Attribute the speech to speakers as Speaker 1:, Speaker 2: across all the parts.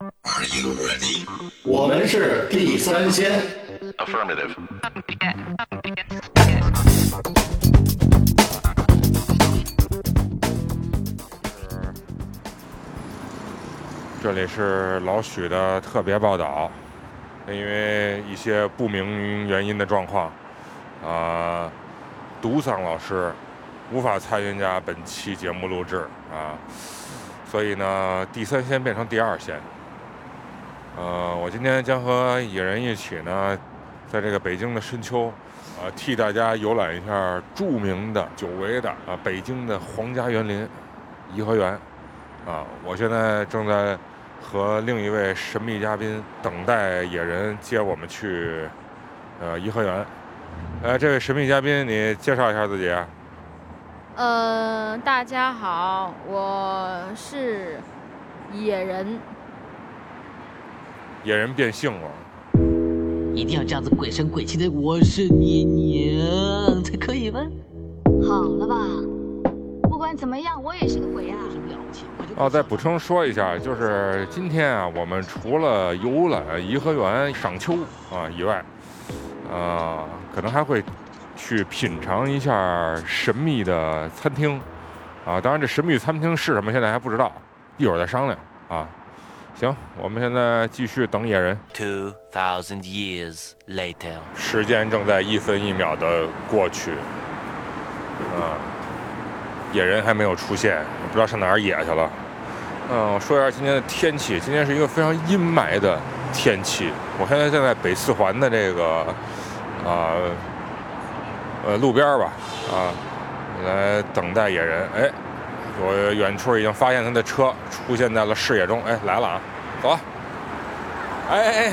Speaker 1: Are you ready?
Speaker 2: 我们是地三鲜。
Speaker 1: Affirmative.
Speaker 3: 这里是老许的特别报道，因为一些不明原因的状况，啊、独嗓老师无法参与加本期节目录制啊，所以呢，第三线变成第二线。呃，我今天将和野人一起呢，在这个北京的深秋，啊、替大家游览一下著名的、久违的啊、北京的皇家园林颐和园。啊，我现在正在和另一位神秘嘉宾等待野人接我们去，呃，颐和园。呃，这位神秘嘉宾，你介绍一下自己啊。
Speaker 4: 呃，大家好，我是野人，
Speaker 3: 野人变性了，
Speaker 5: 一定要这样子鬼神鬼气的，我是你娘才可以吗？
Speaker 6: 好了吧，不管怎么样，我也是个鬼啊！
Speaker 5: 什么了不起？我就
Speaker 3: 哦，再补充说一下，就是今天啊，我们除了游览颐和园、赏秋啊以外，呃，可能还会去品尝一下神秘的餐厅啊。当然，这神秘餐厅是什么，现在还不知道，一会儿再商量啊。行，我们现在继续等野人。
Speaker 7: 2,000 years later.
Speaker 3: 时间正在一分一秒的过去，啊，野人还没有出现，不知道上哪儿野去了。嗯，我说一下今天的天气，今天是一个非常阴霾的天气。我现在站在北四环的这个啊呃路边儿吧，啊，来等待野人。哎，我远处已经发现他的车出现在了视野中。哎，来了啊，走啊！哎哎哎，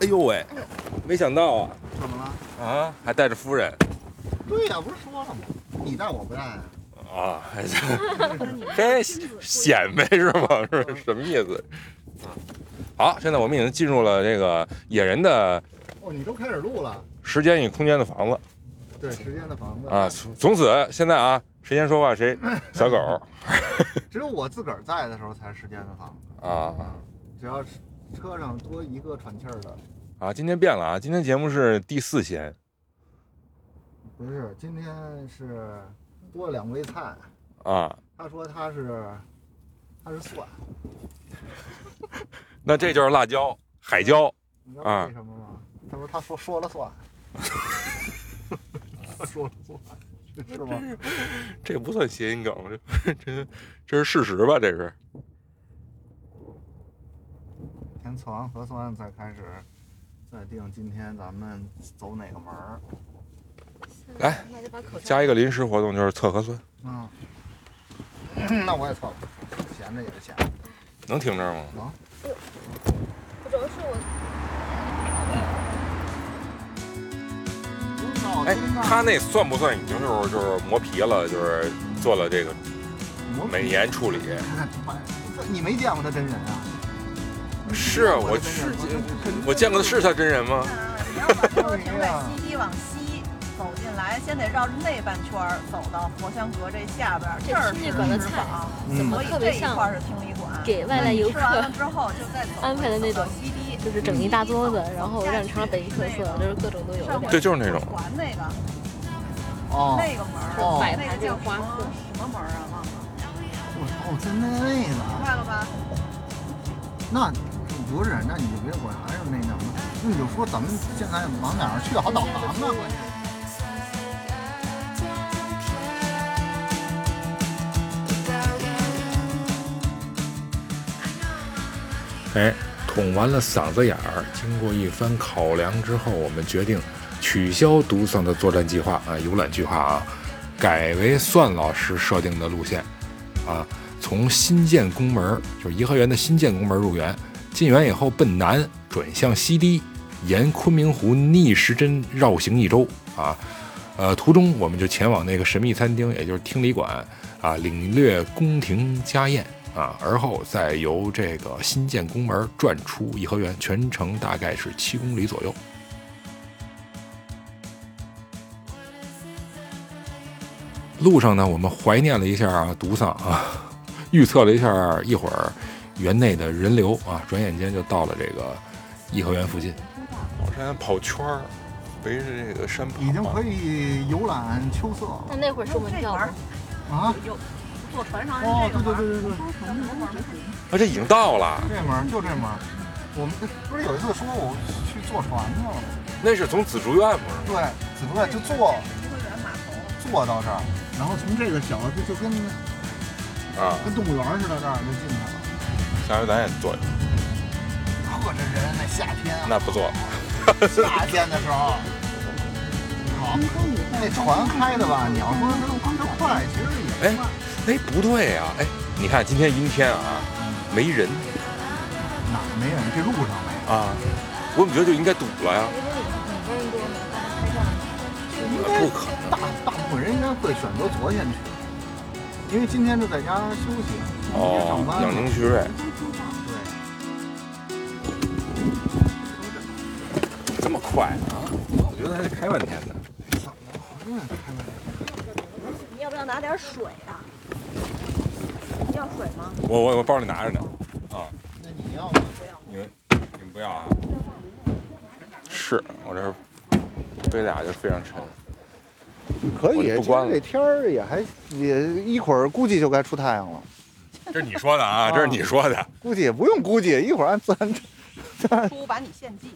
Speaker 3: 哎呦喂，没想到啊！
Speaker 8: 怎么了？
Speaker 3: 啊，还带着夫人
Speaker 8: 对呀、不是说了吗？你带我不带啊？
Speaker 3: 啊，还嘿显摆是吗？是什么意思？啊，好，现在我们已经进入了这个野人的
Speaker 8: 哦，你都开始录了。
Speaker 3: 时间与空间的房子
Speaker 8: 对，时间的房子
Speaker 3: 啊，，从从此现在啊，谁先说话谁小狗
Speaker 8: 只有我自个儿在的时候才是时间的房子。
Speaker 3: 啊
Speaker 8: 只要是车上多一个喘气儿的，
Speaker 3: 啊，今天变了啊，今天节目是第四期，
Speaker 8: 不是今天是多了两味菜。
Speaker 3: 啊，
Speaker 8: 他说他是他是蒜，
Speaker 3: 那这就是辣椒、海椒，
Speaker 8: 你知道为什么吗？他说他说说了蒜， 他说了蒜，是吗？
Speaker 3: 这不算谐音梗，这 这这是事实吧？这是
Speaker 8: 先测完核酸再开始，再定今天咱们走哪个门儿。
Speaker 3: 来加一个临时活动，就是测核酸，
Speaker 8: 嗯， 那我也错了，闲着也是闲着。
Speaker 3: 能停这儿吗？哎，他那算不算已经就是就是磨皮了，就是做了这个美颜处理？
Speaker 8: 你没见过他真人啊？
Speaker 3: 是，啊我是我见过的是他真人吗？
Speaker 9: 你要把这个停在西堤往西走进来，先得绕着内半圈儿走到佛香阁这下边儿，
Speaker 4: 这
Speaker 9: 儿
Speaker 4: 吃
Speaker 9: 是
Speaker 4: 那馆的
Speaker 9: 食
Speaker 4: 菜
Speaker 9: 坊
Speaker 8: 怎么
Speaker 9: 所以
Speaker 4: 特别
Speaker 9: 这一
Speaker 4: 像
Speaker 9: 块儿是听旅馆。
Speaker 4: 给外来游
Speaker 9: 吃完
Speaker 4: 客
Speaker 9: 了之后就再走
Speaker 4: 安排的那种
Speaker 9: 走到西堤，
Speaker 4: 就是整一大桌子，然后让你尝尝本地特色，就是各种都有的感
Speaker 9: 上回
Speaker 4: 觉。
Speaker 3: 对就是那种
Speaker 9: 环那个
Speaker 8: 哦
Speaker 9: 那个门儿，
Speaker 8: 哦
Speaker 9: 那个叫什么什么门儿啊？忘了，
Speaker 8: 哦，真的那
Speaker 9: 明
Speaker 8: 个，
Speaker 9: 白了吧？
Speaker 8: 那不是，那你就别管，还是那什么，那你就说咱们现在往哪儿去好导航啊呢？
Speaker 10: 哎，捅完了嗓子眼儿，经过一番考量之后，我们决定取消独嗓的作战计划啊，游览计划啊，改为蒜老师设定的路线啊，从新建宫门儿，就是颐和园的新建宫门儿入园，进园以后奔南，转向西堤，沿昆明湖逆时针绕行一周啊。呃，途中我们就前往那个神秘餐厅，也就是厅里馆啊，领略宫廷家宴啊，而后再由这个新建宫门转出颐和园，全程大概是七公里左右。 路上呢，我们怀念了一下独丧啊，预测了一下一会儿园内的人流啊，转眼间就到了这个颐和园附近。
Speaker 3: 老山跑圈儿，围着这个山跑。
Speaker 8: 已经可以游览秋色了
Speaker 4: 但那会儿收门
Speaker 9: 这
Speaker 4: 票
Speaker 9: 门儿
Speaker 4: 吗？
Speaker 8: 啊！
Speaker 9: 有坐船上是
Speaker 8: 哦，
Speaker 9: 这
Speaker 8: 对
Speaker 9: 个
Speaker 8: 对
Speaker 9: 门儿，
Speaker 8: 对对对，
Speaker 3: 啊，这已经到了，
Speaker 8: 这门儿就这门儿。我们不是有一次说我去坐船去了吗？
Speaker 3: 那是从紫竹院不是？
Speaker 8: 对，只不过就坐
Speaker 9: 颐和园码头。
Speaker 8: 坐到这儿，然后从这个小就就跟
Speaker 3: 啊，
Speaker 8: 跟动物园似的，这儿就进去了。
Speaker 3: 下回咱也坐，
Speaker 8: 呵，这人那夏天啊，
Speaker 3: 那不坐了。
Speaker 8: 夏天的时候，好，那船开的吧，你要说它开得快，其实也
Speaker 3: 哎哎，不对呀、哎，你看今天阴天啊，没人
Speaker 8: 哪儿没人，这路上没人。
Speaker 3: 啊，我怎么觉得就应该堵了呀？
Speaker 8: 应该
Speaker 3: 不可能，
Speaker 8: 大大部分人应该会选择昨天去，因为今天就在家休息，明天上
Speaker 3: 哦，
Speaker 8: 班
Speaker 3: 养精蓄锐。
Speaker 8: 对，
Speaker 3: 这么快啊？我觉得还得开半天呢。
Speaker 9: 你要不要拿点水啊？要水吗？
Speaker 3: 我我我包里拿着呢。啊，
Speaker 8: 那你要吗？
Speaker 3: 你们你们不要啊？是我这儿背俩就非常沉。
Speaker 8: 可
Speaker 3: 我
Speaker 8: 以，
Speaker 3: 就不
Speaker 8: 今
Speaker 3: 关
Speaker 8: 天
Speaker 3: 了
Speaker 8: 这天儿也还也一会儿估计就该出太阳了，
Speaker 3: 这是你说的啊，这是你说的。
Speaker 8: 估计也不用估计，一会儿按自然。
Speaker 9: 叔把你献祭。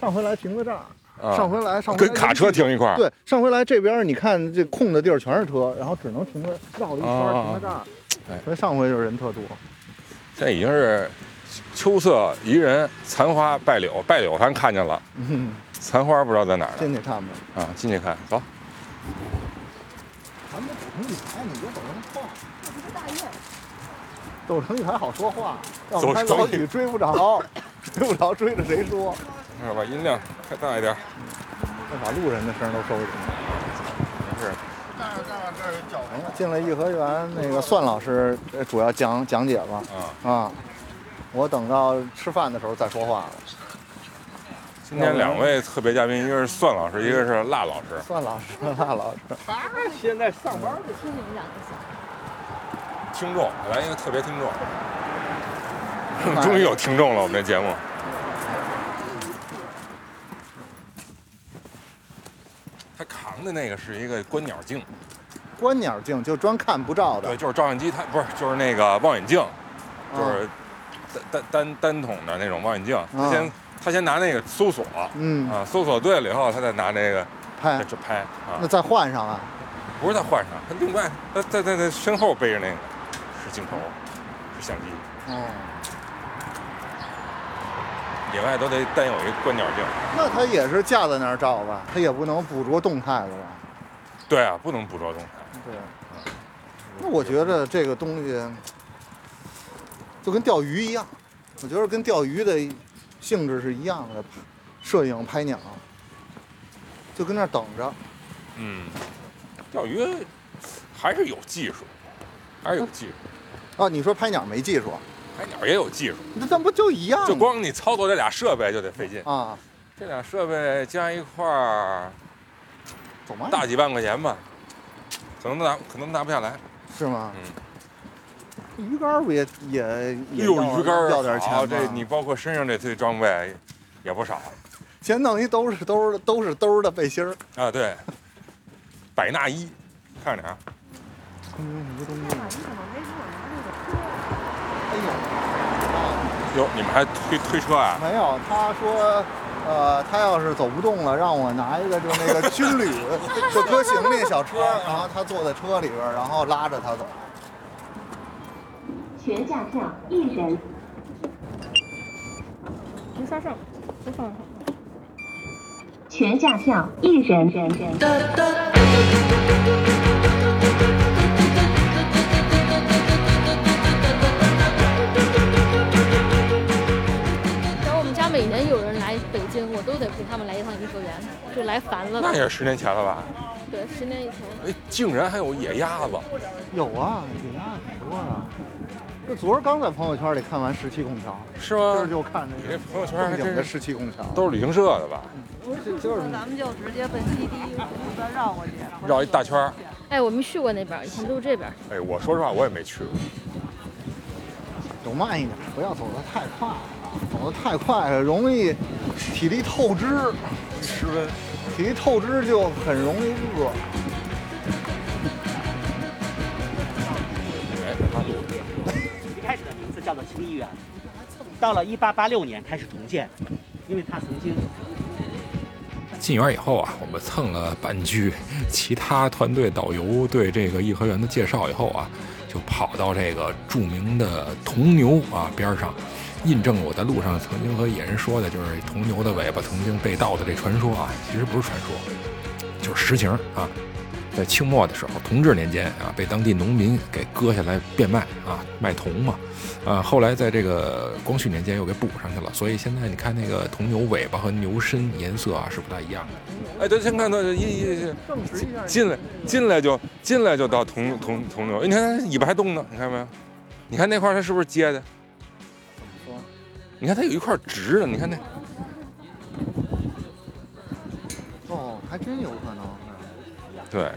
Speaker 8: 上回来停在这儿，
Speaker 3: 啊
Speaker 8: 上回来上回
Speaker 3: 跟
Speaker 8: 来
Speaker 3: 卡车停一块儿。
Speaker 8: 对，上回来这边儿你看这空的地儿全是车，然后只能停在绕了一圈儿停在这儿
Speaker 3: 啊哎，
Speaker 8: 所以上回就是人特多。
Speaker 3: 这已经是秋色宜人，残花败柳，败柳咱看见了，
Speaker 8: 嗯，
Speaker 3: 残花不知道在哪儿呢
Speaker 8: 进去看吧。
Speaker 3: 啊，进去看，走。
Speaker 8: 咱们走成一排，你别走那么快。走成一排好说话，要不
Speaker 3: 走
Speaker 8: 然
Speaker 3: 成
Speaker 8: 老
Speaker 3: 一
Speaker 8: 许追不着， 追不着追着谁说？
Speaker 3: 那把音量开大一点，
Speaker 8: 再把路人的声儿都收拾了。
Speaker 3: 是啊
Speaker 8: 进了颐和园，那个算老师呃主要讲讲解吧。
Speaker 3: 啊。
Speaker 8: 啊，我等到吃饭的时候再说话了。
Speaker 3: 今天两位特别嘉宾，一个是蒜老师，一个是辣老师。
Speaker 8: 算老师，那老师。
Speaker 4: 听你们两个讲。
Speaker 3: 听众，来一个特别听众。终于有听众了，我们这节目。他扛的那个是一个观鸟镜，
Speaker 8: 观鸟镜就专看不照的
Speaker 3: 对，，就是照相机，它不是就是那个望远镜，就
Speaker 8: 啊
Speaker 3: 是单单单单筒的那种望远镜。他先他先拿那个搜索，
Speaker 8: 嗯
Speaker 3: 啊，搜索对了以后，他再拿那个再
Speaker 8: 拍，
Speaker 3: 去拍啊
Speaker 8: 哎那。再换上啊，
Speaker 3: 不是他换上，他另外他在在在身后背着那个是镜头，是相机。
Speaker 8: 哦，
Speaker 3: 野外都得单有一个观鸟镜。
Speaker 8: 那它也是架在那儿照吧，它也不能捕捉动态的吧？
Speaker 3: 对啊，不能捕捉动态。
Speaker 8: 对。那我觉着这个东西就跟钓鱼一样，我觉得跟钓鱼的性质是一样的，摄影拍鸟，就跟那儿等着。
Speaker 3: 嗯，钓鱼还是有技术，还是有技术，
Speaker 8: 啊，你说拍鸟没技术，
Speaker 3: 拍鸟也有技术，
Speaker 8: 那那不就一样吗？
Speaker 3: 就光你操作这俩设备就得费劲。
Speaker 8: 啊，
Speaker 3: 这俩设备加一块儿，
Speaker 8: 走嘛，
Speaker 3: 大几万块钱吧，可能拿可能拿不下来。
Speaker 8: 是吗？
Speaker 3: 嗯
Speaker 8: 鱼竿儿不也也也
Speaker 3: 有
Speaker 8: 要
Speaker 3: 嗯鱼竿儿
Speaker 8: 要点
Speaker 3: 好
Speaker 8: 钱
Speaker 3: 这
Speaker 8: 吗
Speaker 3: 你包括身上这些装备也不少
Speaker 8: 先弄一兜是兜的都是兜的背心儿，
Speaker 3: 啊。对，百纳衣，看着点啊。
Speaker 8: 哎呦。
Speaker 3: 哟，你们还推推车啊？
Speaker 8: 没有，他说，呃，他要是走不动了，让我拿一个就那个 军旅，就搁行李小车，然后他坐在车里边儿，然后拉着他走。
Speaker 6: 全价票一人。全价票一人。
Speaker 4: 然后我们家每年有人来北京，我都得陪他们来一趟颐和园，就来烦了。
Speaker 3: 那也是十年前了吧？
Speaker 4: 对，十年以前。
Speaker 3: 哎，竟然还有野鸭子！
Speaker 8: 有啊，有啊，很多啊。这昨儿刚在朋友圈里看完《十七空调
Speaker 3: 是》，
Speaker 8: 今
Speaker 3: 吗
Speaker 8: 儿？就看
Speaker 3: 你
Speaker 8: 那
Speaker 3: 这
Speaker 8: 个
Speaker 3: 朋友圈还
Speaker 8: 正经
Speaker 3: 真
Speaker 8: 的《
Speaker 3: 是
Speaker 8: 十七空调》，
Speaker 3: 嗯都是旅行社的吧？
Speaker 8: 这就是
Speaker 9: 那咱们就直接奔西堤，路再绕过去，
Speaker 3: 绕一大圈儿。
Speaker 4: 哎，我没去过那边儿，以前都是这边儿。
Speaker 3: 哎，我说实话，我也没去过。
Speaker 8: 走慢一点，不要走得太快啊，走得太快了容易体力透支，
Speaker 3: 失温。
Speaker 8: 体力透支就很容易饿。
Speaker 11: 最开始的名字叫做清漪园，到了1886年开始重建，因为它曾经
Speaker 10: 进园以后啊，我们蹭了半句其他团队导游对这个颐和园的介绍以后啊，就跑到这个著名的铜牛啊边上，印证了我在路上曾经和野人说的，就是铜牛的尾巴曾经被盗的这传说啊，其实不是传说，就是实情啊。在清末的时候，同治年间啊，被当地农民给割下来变卖啊，卖铜嘛，啊，后来在这个光绪年间又给补上去了，所以现在你看那个铜牛尾巴和牛身颜色啊是不大一样的。
Speaker 3: 哎，对，先看到一一进来进来就进来就到铜铜铜牛，你看它尾巴还动呢，你看没有？你看那块儿它是不是接的？你看它有一块儿直的，你看那
Speaker 8: 哦，还真有可能。
Speaker 3: 对，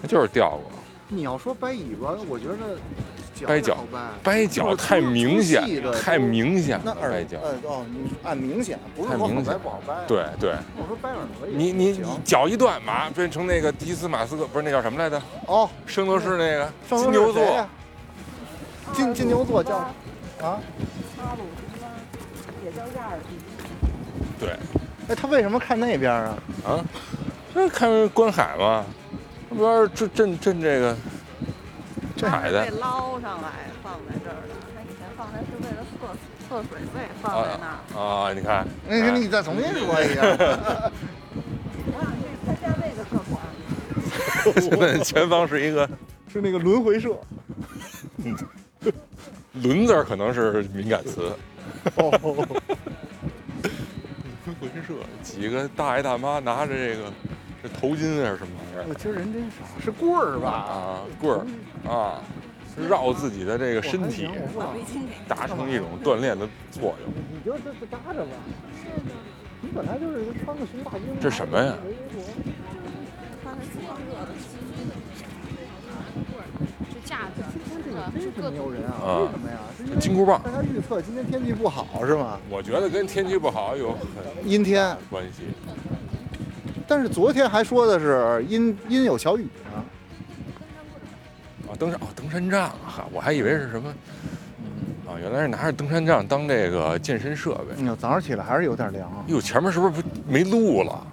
Speaker 3: 那就是掉过。
Speaker 8: 你要说掰尾巴，我觉得
Speaker 3: 掰脚
Speaker 8: 脚好
Speaker 3: 掰脚太明显太明显
Speaker 8: 那
Speaker 3: 了
Speaker 8: 耳
Speaker 3: 掰脚
Speaker 8: 呃哦，你按明显，不是
Speaker 3: 太
Speaker 8: 说好
Speaker 3: 明
Speaker 8: 掰
Speaker 3: 显
Speaker 8: 不好掰。
Speaker 3: 对对，
Speaker 8: 我说掰耳朵也
Speaker 3: 你你
Speaker 8: 行
Speaker 3: 你脚一断，马上变成那个迪斯马斯克，不是那叫什么来着？
Speaker 8: 哦，
Speaker 3: 圣斗士那个金
Speaker 8: 上头是
Speaker 3: 牛
Speaker 8: 谁
Speaker 3: 座
Speaker 8: 呀，金金牛座叫啊？
Speaker 12: 阿鲁迪巴也叫亚尔迪，
Speaker 3: 对
Speaker 8: 哎，他为什么看那边啊？
Speaker 3: 啊，那看观海嘛，那不是这震震这个这海的
Speaker 9: 被。捞上来放在这儿的，它以前放在是为了测测水位放在那儿。
Speaker 3: 啊啊！你 看，
Speaker 8: 那个你再重新说一
Speaker 3: 哎
Speaker 8: 下。
Speaker 12: 参加那个社团。
Speaker 3: 现在 前方是一个
Speaker 8: 是那个轮回社。
Speaker 3: “轮”字，可能是敏感词。
Speaker 8: 哦，
Speaker 3: 回社几个大爷大妈拿着这个是头巾还啊是什么玩意
Speaker 8: 我
Speaker 3: 儿
Speaker 8: 今儿人真少，是棍儿吧？
Speaker 3: 啊？棍儿啊，绕自己的这个身体，达成一种锻炼的作用。
Speaker 8: 你就这这搭着吧。
Speaker 4: 啊
Speaker 8: 你本来就是穿个熊大衣。
Speaker 3: 这什么呀？
Speaker 4: 穿的是热的，是架着，是各
Speaker 8: 没有人啊？
Speaker 3: 啊
Speaker 8: 为什么呀？是因为
Speaker 3: 金箍棒
Speaker 8: 大家预测今天天气不好是吗？
Speaker 3: 我觉得跟天气不好有很
Speaker 8: 阴天
Speaker 3: 大的关系。
Speaker 8: 但是昨天还说的是阴阴有小雨呢。
Speaker 3: 啊，登山哦，登山杖哈，我还以为是什么啊，原来是拿着登山杖当这个健身设备。
Speaker 8: 哎呦，早上起来还是有点凉啊。
Speaker 3: 哟，前面是不是不没路了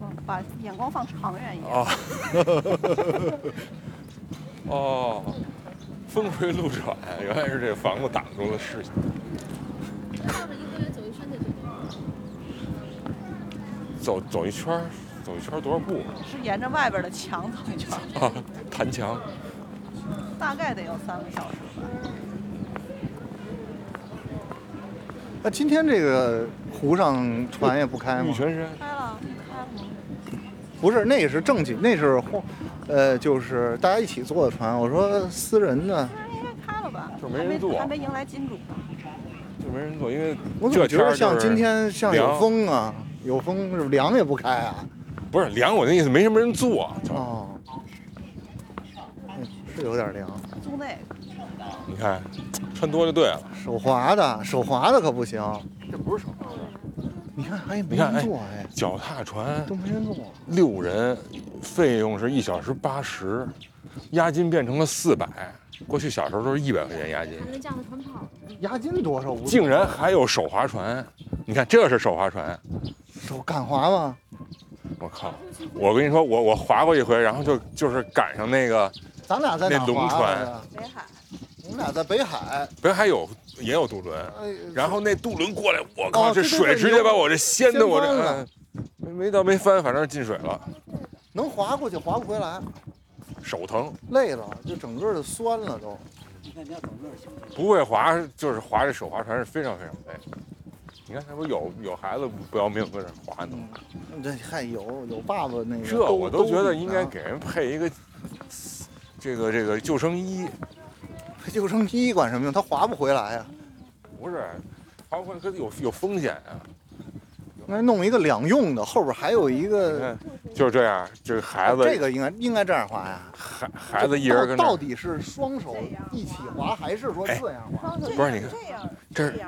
Speaker 9: 嗯把眼光放长远一点。
Speaker 3: 啊？哦，峰回路转，原来是这房子挡住了视线。
Speaker 4: 绕着颐和园走一圈得多久？
Speaker 3: 走走一圈儿，走一圈儿多少步
Speaker 9: 是沿着外边的墙走一圈儿，
Speaker 3: 啊？弹墙，
Speaker 9: 大概得有三个小时吧。
Speaker 8: 那今天这个湖上船也不开吗？
Speaker 3: 全山
Speaker 9: 开了，开了吗？
Speaker 8: 不是，那也是正经，那是荒，呃，就是大家一起坐的船。我说私人的，
Speaker 9: 那应该开了吧？
Speaker 3: 就没人坐
Speaker 9: 还没迎来金主呢。
Speaker 3: 就没人坐，因为
Speaker 8: 我怎么
Speaker 3: 这
Speaker 8: 觉
Speaker 3: 天儿
Speaker 8: 得
Speaker 3: 就是
Speaker 8: 像今天像有
Speaker 3: 凉，
Speaker 8: 风啊，有风是不是凉也不开啊？
Speaker 3: 不是凉，我那意思没什么人坐，
Speaker 8: 哦，嗯是有点凉，
Speaker 9: 租那个，
Speaker 3: 你看穿多就对了。
Speaker 8: 手滑的，手滑的可不行。
Speaker 3: 这不是手
Speaker 8: 你看，哎，
Speaker 3: 你
Speaker 8: 没
Speaker 3: 看
Speaker 8: 人
Speaker 3: 哎
Speaker 8: 坐，哎，
Speaker 3: 脚踏船
Speaker 8: 都没人坐。
Speaker 3: 六人，费用是一小时八十，押金变成了四百。过去小时候都是一百块钱押金，
Speaker 4: 还能架个船跑。
Speaker 8: 押金多少？无
Speaker 3: 竟然还有手划船。你看这是手划船，
Speaker 8: 手敢滑吗？
Speaker 3: 我靠！我跟你说，我我划过一回，然后就就是赶上那个
Speaker 8: 咱俩在哪
Speaker 3: 那龙
Speaker 8: 滑来着？
Speaker 9: 北海
Speaker 8: 我们俩在北海。
Speaker 3: 北海有也有渡轮，
Speaker 8: 哎，
Speaker 3: 然后那渡轮过来，我靠，
Speaker 8: 哦
Speaker 3: 这
Speaker 8: 对对
Speaker 3: 水
Speaker 8: 对
Speaker 3: 直接把我这掀
Speaker 8: 掀
Speaker 3: 的，我这
Speaker 8: 翻了
Speaker 3: 嗯没没到没翻，反正进水了，
Speaker 8: 能滑过去，滑不回来，
Speaker 3: 手疼。
Speaker 8: 累了就整个就酸了都。
Speaker 11: 你看你要走那儿行不行？
Speaker 3: 不会划就是划这手划船是非常非常累。你看，那不有有孩子不要命搁这划呢吗？
Speaker 8: 嗯这还有有爸爸那个，
Speaker 3: 这我都觉得应
Speaker 8: 啊
Speaker 3: 该给人配一个这个这个救生衣，
Speaker 8: 救生衣管什么用？它划不回来呀、
Speaker 3: 不是划不会可有有风险啊，有
Speaker 8: 那弄一个两用的，后边还有一个，啊
Speaker 3: 就是这样，这个孩子
Speaker 8: 这个应该应该这样滑呀。
Speaker 3: 孩孩子一人跟那儿哎
Speaker 8: 到到底是双手一起滑，还是说这样滑？
Speaker 3: 不是你看，这是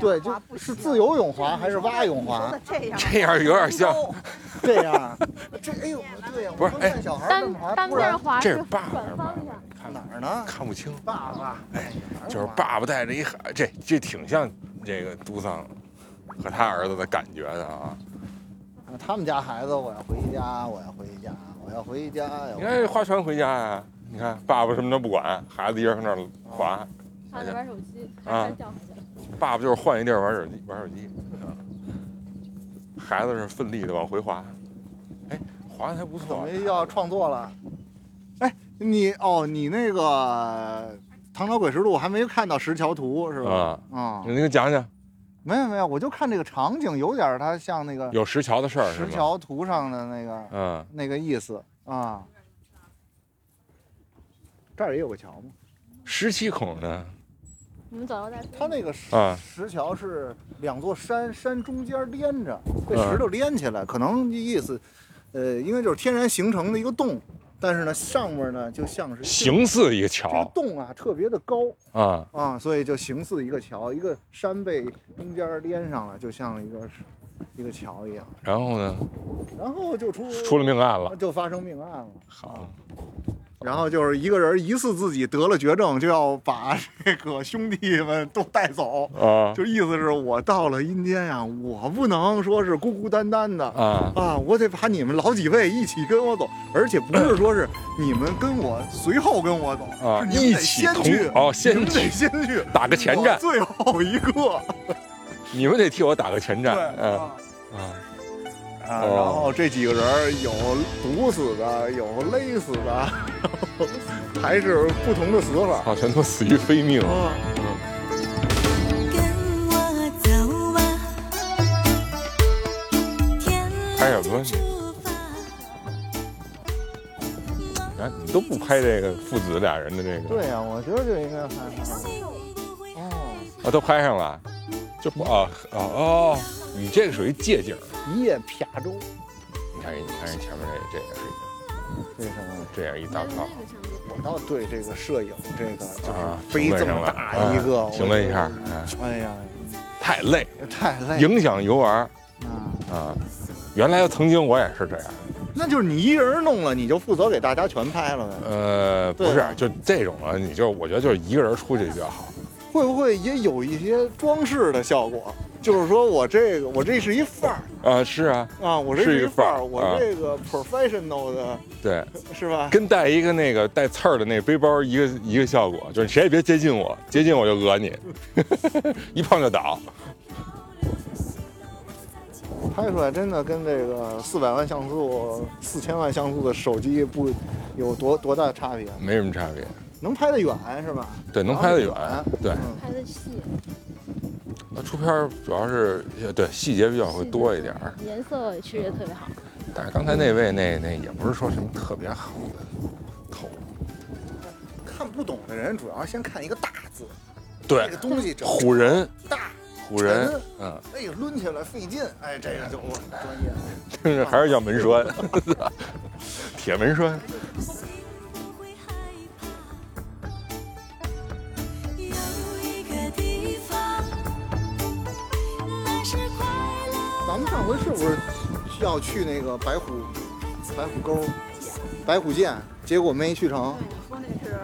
Speaker 8: 对，就是自由泳滑还是蛙泳滑？
Speaker 3: 这样有点
Speaker 9: 哎
Speaker 3: 像，
Speaker 8: 这样， 这哎呦，对呀，
Speaker 3: 不是哎，
Speaker 8: 小孩
Speaker 4: 单单面滑
Speaker 3: 这是
Speaker 4: 是
Speaker 3: 爸爸
Speaker 4: 反方向。
Speaker 8: 哪儿呢？
Speaker 3: 看不清。
Speaker 8: 爸爸，哎，
Speaker 3: 就是爸爸带着一孩，这这挺像这个杜桑和他儿子的感觉的啊。
Speaker 8: 他们家孩子，我要回家，我要回家，我要回家呀！
Speaker 3: 你看划船回家呀、你看爸爸什么都不管，孩子一人搁那儿滑。
Speaker 4: 上去玩手机，
Speaker 3: 啊
Speaker 4: 还是叫回去了。
Speaker 3: 爸爸就是换一地儿玩手机，玩手机。啊孩子是奋力的往回滑，哎，滑的还不
Speaker 8: 怎
Speaker 3: 错啊
Speaker 8: 么。要创作了？哎，你哦，你那个呃《唐朝诡事录》还没看到石桥图是吧？啊、
Speaker 3: 你给讲讲
Speaker 8: 没有没有，我就看这个场景，有点儿它像那个
Speaker 3: 有石桥的事儿是
Speaker 8: 石
Speaker 3: 吗？
Speaker 8: 桥图上的那个
Speaker 3: 嗯，
Speaker 8: 那个意思啊。这儿也有个桥吗？
Speaker 3: 十七孔呢？
Speaker 4: 你们走到那儿，
Speaker 8: 它那个石
Speaker 3: 啊
Speaker 8: 石桥是两座山，山中间连着，被
Speaker 3: 嗯
Speaker 8: 石头连起来，可能意思，呃，应该就是天然形成的一个洞，但是呢，上面呢就像是
Speaker 3: 形似一个
Speaker 8: 这个
Speaker 3: 桥
Speaker 8: 洞啊，特别的高
Speaker 3: 啊，
Speaker 8: 啊，所以就形似一个桥，一个山被中间连上了，就像一个一个桥一样。
Speaker 3: 然后呢，
Speaker 8: 然后就出
Speaker 3: 出了命案了，
Speaker 8: 就发生命案了。好，然后就是一个人疑似自己得了绝症，就要把这个兄弟们都带走
Speaker 3: 啊
Speaker 8: 就意思是我到了阴间呀、我不能说是孤孤单单的
Speaker 3: 啊
Speaker 8: 我得把你们老几位一起跟我走，而且不是说是你们跟我随后跟我走
Speaker 3: 啊
Speaker 8: 是你们
Speaker 3: 一
Speaker 8: 得
Speaker 3: 起
Speaker 8: 先
Speaker 3: 同
Speaker 8: 去
Speaker 3: 哦先
Speaker 8: 你们得
Speaker 3: 去
Speaker 8: 先去
Speaker 3: 打个前站
Speaker 8: 我最后一个。
Speaker 3: 你们得替我打个前站。
Speaker 8: 对
Speaker 3: 嗯
Speaker 8: 啊
Speaker 3: 啊，
Speaker 8: 啊，然后这几个人儿有毒死的，有勒死的， 还是不同的死法。
Speaker 3: 好，全都死于非命。拍什么？你啊，你都不拍这个父子俩人的这个，
Speaker 8: 对呀、我觉得就应该哦害怕。
Speaker 3: 啊，都拍上了，就不啊啊哦，你这个属于借景。
Speaker 8: 一夜啪中，
Speaker 3: 你看，你看前面这这也是
Speaker 8: 这什么？
Speaker 3: 这样一大炮
Speaker 8: 我倒哦对这个摄影这个
Speaker 3: 啊，
Speaker 8: 就是背这么大一个，
Speaker 3: 评啊论一下，啊
Speaker 8: 哎，哎呀，
Speaker 3: 太累，
Speaker 8: 太累，
Speaker 3: 影响游玩。啊，原来曾经我也是这样，
Speaker 8: 那就是你一人弄了，你就负责给大家全拍了呗。
Speaker 3: 呃，不
Speaker 8: 对
Speaker 3: 是，就这种啊，你就我觉得就是一个人出去比较好。
Speaker 8: 会不会也有一些装饰的效果？就是说我这个，我这是一范儿
Speaker 3: 啊，是啊，
Speaker 8: 啊，我这
Speaker 3: 是一
Speaker 8: 一
Speaker 3: 范
Speaker 8: 范
Speaker 3: 儿
Speaker 8: 儿，我
Speaker 3: 啊
Speaker 8: 这个 professional 的，
Speaker 3: 对，
Speaker 8: 是吧？
Speaker 3: 跟带一个那个带刺儿的那背包一个一个效果，就是谁也别接近我，接近我就讹你， 一碰就倒。
Speaker 8: 拍出来真的跟这个四百万像素、四千万像素的手机不有多多大差别？
Speaker 3: 没什么差别。
Speaker 8: 能拍得远是吧？
Speaker 3: 对，能拍得远，对，
Speaker 8: 啊嗯
Speaker 4: 拍的细，
Speaker 3: 那出片儿主要是对细节比较会多一点儿。
Speaker 4: 颜色其实也特别好。
Speaker 3: 但是刚才那位那那也不是说什么特别好的头，
Speaker 8: 看不懂的人主要先看一个大字，
Speaker 3: 对
Speaker 8: 这个东西整
Speaker 3: 唬人，
Speaker 8: 大，
Speaker 3: 唬人
Speaker 8: 沉，
Speaker 3: 嗯，
Speaker 8: 哎呀，抡起来费劲，哎，这个就我很专业。
Speaker 3: 但是嗯还是叫门栓， 铁门栓。
Speaker 8: 咱们上回是不是要去那个白虎白虎沟、白虎涧，结果没去成？
Speaker 9: 说那是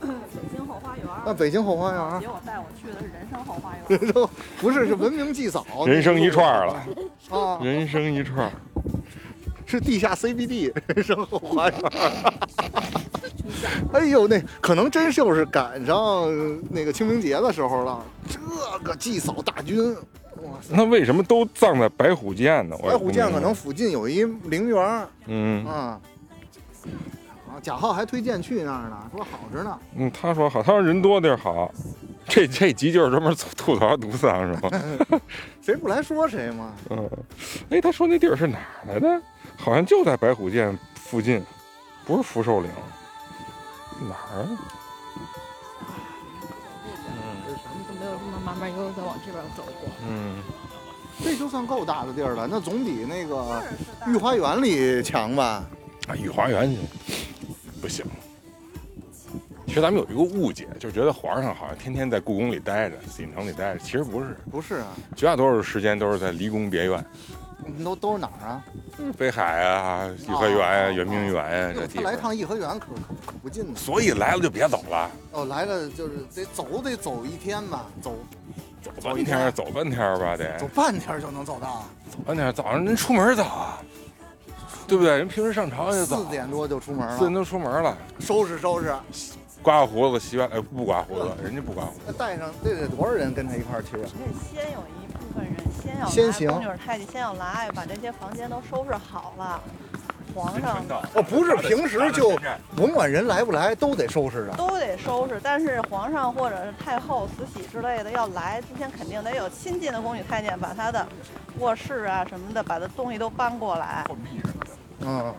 Speaker 9: 呃北京后花园儿。
Speaker 8: 那北京后花园儿
Speaker 9: 结果带我去的是人生后花园儿。
Speaker 8: 人生不是是文明祭扫，
Speaker 3: 人生一串儿了
Speaker 8: 啊，
Speaker 3: 人生一串儿，
Speaker 8: 是地下 CBD 人生后花园儿。哎呦，那可能真就是赶上呃那个清明节的时候了。这个祭扫大军，
Speaker 3: 那为什么都葬在白虎涧呢？我也
Speaker 8: 白
Speaker 3: 不
Speaker 8: 虎涧
Speaker 3: 明白
Speaker 8: 可能附近有一陵园儿
Speaker 3: 嗯
Speaker 8: 啊。啊，贾浩还推荐去那儿呢，说好着呢。
Speaker 3: 嗯，他说好，他说人多地儿好，这这集就是专门吐吐槽毒丧是吗？
Speaker 8: 谁不来说谁嘛。
Speaker 3: 嗯， 哎，他说那地儿是哪儿来的？好像就在白虎涧附近，不是福寿岭，哪儿啊？
Speaker 4: 没有这么慢慢悠悠的往这边走过。
Speaker 3: 嗯，
Speaker 8: 这就算够大的地儿了，那总比那个御花园里强吧？
Speaker 3: 啊，御花园不行。其实咱们有一个误解，就觉得皇上好像天天在故宫里待着、紫禁城里待着，其实不是，
Speaker 8: 不是啊，
Speaker 3: 绝大多数时间都是在离宫别院，
Speaker 8: 我们都都是哪儿啊？
Speaker 3: 北海啊、颐和园啊、圆明园啊这地
Speaker 8: 哟哦他来
Speaker 3: 方。
Speaker 8: 趟颐和园可可可不近呢。
Speaker 3: 所以来了就别走了，
Speaker 8: 哦，来了就是得走得走一天吧，走
Speaker 3: 走半天儿走半天儿吧，得
Speaker 8: 走半天就能走到，
Speaker 3: 走半天儿。早上人出门早啊，对不对？人平时上朝也早
Speaker 8: 四，点多就出门了，
Speaker 3: 哎四点多出门了，
Speaker 8: 收拾收拾，
Speaker 3: 刮刮胡子、洗完，哎，不刮胡子，人家不刮胡
Speaker 8: 那带上这得多少人跟他一块儿去啊？
Speaker 9: 先有一部分人先要来，
Speaker 8: 先行
Speaker 9: 宫女太监先要来，把这些房间都收拾好了。皇上
Speaker 8: 哦，不是平时就甭管人来不来都得收拾着。
Speaker 9: 都得收拾，但是皇上或者是太后、慈禧之类的要来之前，肯定得有亲近的宫女太监把她的卧室啊什么的，把她东西都搬过来。
Speaker 8: 嗯，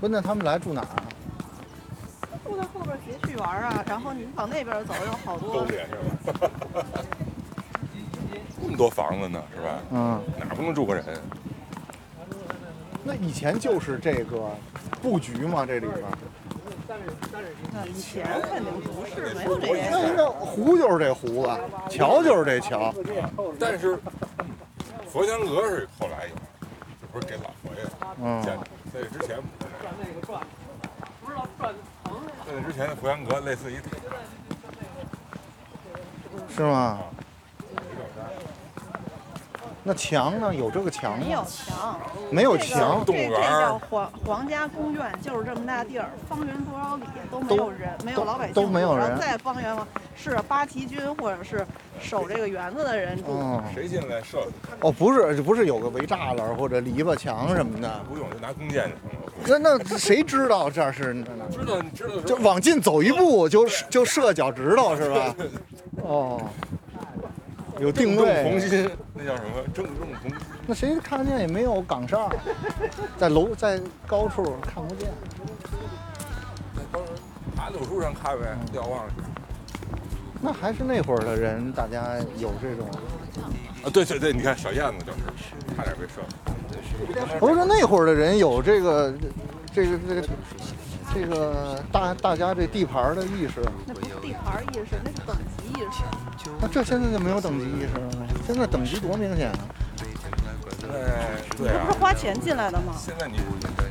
Speaker 8: 不，那他们来住哪儿啊？
Speaker 9: 住在后边儿洁趣园儿啊，然后你往那边儿走有好多
Speaker 3: 兜里是吧？这么多房子呢，是吧？
Speaker 8: 嗯，
Speaker 3: 哪不能住个人？
Speaker 8: 那以前就是这个布局嘛，这里边儿
Speaker 9: 以前肯定不是没有这些事
Speaker 8: 那
Speaker 9: 儿。
Speaker 8: 那湖就是这湖吧，桥就是这桥。
Speaker 3: 但是佛香阁是后来有的，这不是给老佛爷的
Speaker 8: 嗯
Speaker 3: 建的，在这之前不是。在这之前的佛香阁类似于塔，
Speaker 8: 是吗？那墙呢？有这个墙
Speaker 9: 没有
Speaker 8: 吗？
Speaker 9: 墙，
Speaker 8: 没有
Speaker 9: 这个
Speaker 8: 墙
Speaker 9: 这
Speaker 8: 动物
Speaker 9: 这
Speaker 8: 园儿
Speaker 9: 叫皇皇家公院，就是这么大地儿，方圆多少里都没
Speaker 8: 都
Speaker 9: 有人，没有
Speaker 8: 都
Speaker 9: 老百姓
Speaker 8: 都没有
Speaker 9: 住然
Speaker 8: 人
Speaker 9: 后再方圆嘛，是八旗军或者是守这个园子的人住。
Speaker 8: 哦
Speaker 3: 谁进来射
Speaker 8: 哦，不是，不是有个围栅栏或者篱笆墙什么的。
Speaker 3: 不用就拿弓箭就行了。
Speaker 8: 那那谁知道这儿是哪儿？
Speaker 3: 知道你知道
Speaker 8: 就 往进走一步就就射脚趾头是吧？哦，有定
Speaker 3: 正中
Speaker 8: 位
Speaker 3: 红。心，那叫什么？正中红心。
Speaker 8: 那谁看得见也没有岗哨，在楼在高处看不见。
Speaker 3: 当时爬柳树上看呗，瞭望去。
Speaker 8: 那还是那会儿的人，大家有这种。
Speaker 3: 啊，对对对，你看小燕子就是，差点被射了。
Speaker 8: 不是那会儿的人有这个这个这个这个大大家这地盘的意识。
Speaker 9: 那不是地盘儿意识，那是等级意识。
Speaker 8: 那这现在就没有等级意识了吗？现在等级多明显啊！
Speaker 3: 哎，对
Speaker 9: 这不
Speaker 3: 啊
Speaker 9: 是。花钱进来的吗？
Speaker 3: 现在你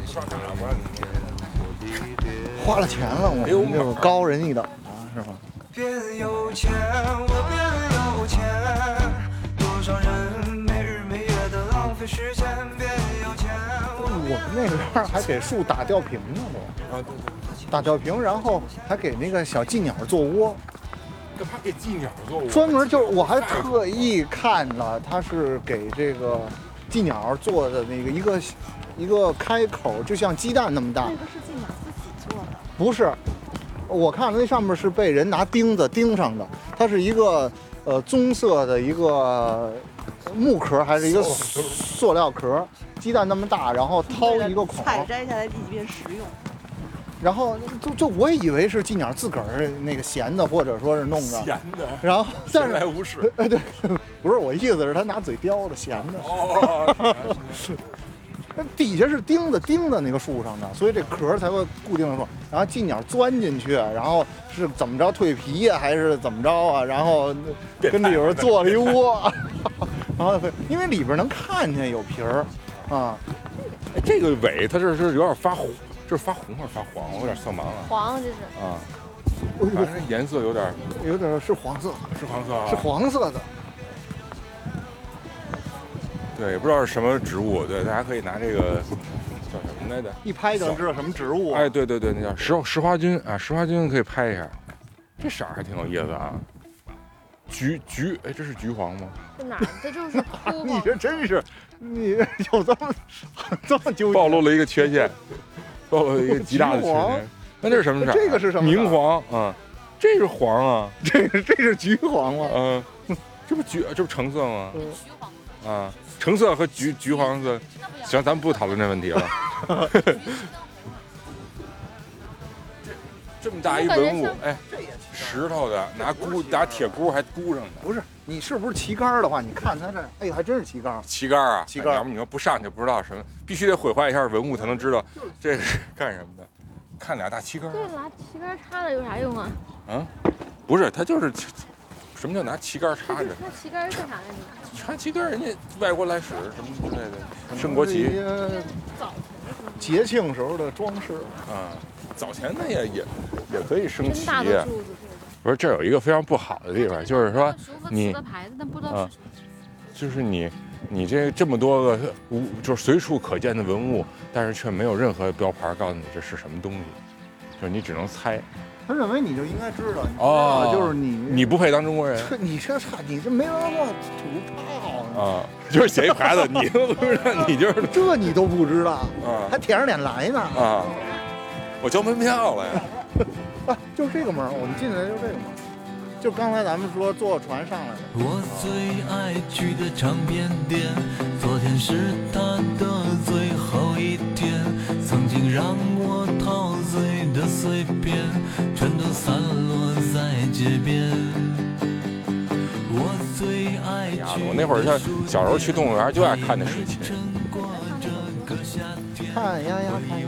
Speaker 3: 刷卡不让你
Speaker 8: 花了钱了，我
Speaker 3: 哎
Speaker 8: 们就是高人一等啊，是吧？
Speaker 13: 变有钱，我变有钱，多少人没日没夜的浪费时间变有钱。
Speaker 8: 我们那边儿还给树打吊瓶呢，都
Speaker 3: 啊，对对，
Speaker 8: 打吊瓶，然后还给那个小寄鸟做窝，
Speaker 3: 这怕给寄鸟做窝
Speaker 8: 专门就是我还特意看了，它是给这个寄鸟做的那个一个一个开口，就像鸡蛋那么
Speaker 3: 啊
Speaker 8: 大
Speaker 9: 那，个是进鸟自己做的，
Speaker 8: 不是，我看了那上面是被人拿钉子钉上的，它是一个呃棕色的一个木壳还是一个塑塑料壳，鸡蛋那么大，然后掏一个孔，
Speaker 9: 采摘下来自己变食用。
Speaker 8: 然后就就我也以为是寄鸟自个儿那个闲的，或者说是弄的，
Speaker 3: 闲的呃
Speaker 8: 然后但是
Speaker 3: 闲来无事，
Speaker 8: 哎对，不是我意思是他拿嘴叼着闲的，
Speaker 3: 哦，
Speaker 8: 那底下是钉子钉在那个树上的，所以这壳儿才会固定住。然后寄鸟钻进去，然后是怎么着蜕皮呀、还是怎么着啊？然后跟里边做了一窝， 然后因为里边能看见有皮儿啊，
Speaker 3: 哎这个尾它这是有点发红，就是发红还是发黄？我有点色盲了
Speaker 4: 黄这是
Speaker 3: 啊。反正颜色有点
Speaker 8: 有点是黄色，
Speaker 3: 是黄色啊，
Speaker 8: 是黄色的。
Speaker 3: 对，也不知道是什么植物，对，大家可以拿这个叫什么来着？
Speaker 8: 一拍就能知道什么植物。啊
Speaker 3: 哎，对对对，那叫石石花菌啊，石花菌可以拍一下，这色儿还挺有意思啊。橘橘，哎，这是橘黄吗？
Speaker 4: 这哪儿？这就是 秃
Speaker 8: 你这真是，你有这么这么纠结？
Speaker 3: 暴露了一个缺陷，暴露了一个极大的缺
Speaker 8: 橘黄
Speaker 3: 陷。那这是什么色儿啊？
Speaker 8: 这个是什么色儿
Speaker 3: 明黄啊，这是黄啊，
Speaker 8: 这是这是橘黄吗？
Speaker 3: 嗯，这不橘，这不橙色吗？
Speaker 8: 嗯
Speaker 3: 啊，橙色和橘橘黄色，行，咱们不讨论这问题了。 这这么大一文物，哎，十石头的，拿箍拿铁箍还箍上呢。
Speaker 8: 不是，你是不是旗杆儿的话，你看它这，哎呦，还真是旗杆儿。
Speaker 3: 旗杆啊，
Speaker 8: 旗杆
Speaker 3: 要不你说不上就不知道什么，必须得毁坏一下文物才能知道这是干什么的。看俩大旗杆儿，
Speaker 4: 对拿旗杆插着有啥用啊？
Speaker 3: 嗯，不是，他就是什么叫拿旗杆插着？
Speaker 4: 那旗杆是干啥来着？
Speaker 3: 插旗杆，人家外国来使什么之类
Speaker 8: 嗯
Speaker 3: 的，升国旗。
Speaker 4: 早
Speaker 8: 节庆时候的装饰
Speaker 3: 啊，早前那也也也可以升
Speaker 4: 真
Speaker 3: 旗
Speaker 4: 大的柱子，
Speaker 3: 不是，这有一个非常不好的地方，就是说
Speaker 4: 和
Speaker 3: 啊你
Speaker 4: 瓷的牌子，但不知道
Speaker 3: 啊
Speaker 4: 是什么。，
Speaker 3: 就是你你这这么多个无就是随处可见的文物，但是却没有任何标牌告诉你这是什么东西，就是你只能猜。
Speaker 8: 他认为你就应该知道，你知道
Speaker 3: 哦，
Speaker 8: 就是你，
Speaker 3: 你不配当中国人
Speaker 8: 这你这差，你这没文化土太好了，
Speaker 3: 啊，就是写一牌子，你都不知道，啊你就是
Speaker 8: 这你都不知道，
Speaker 3: 啊
Speaker 8: 还舔着脸来呢，
Speaker 3: 啊，我交门票了呀。
Speaker 8: 啊，就是这个门儿，我们进来就是这个门儿，就刚才咱们说坐船上来的，
Speaker 14: 我最爱去的唱片店，昨天是他的最后一天。曾经让我陶醉的碎片，全都散落在街边。我最爱
Speaker 3: 呀
Speaker 14: 去，
Speaker 3: 啊我那会儿像小时候去动物园就爱看那水禽，
Speaker 8: 看呀呀看呀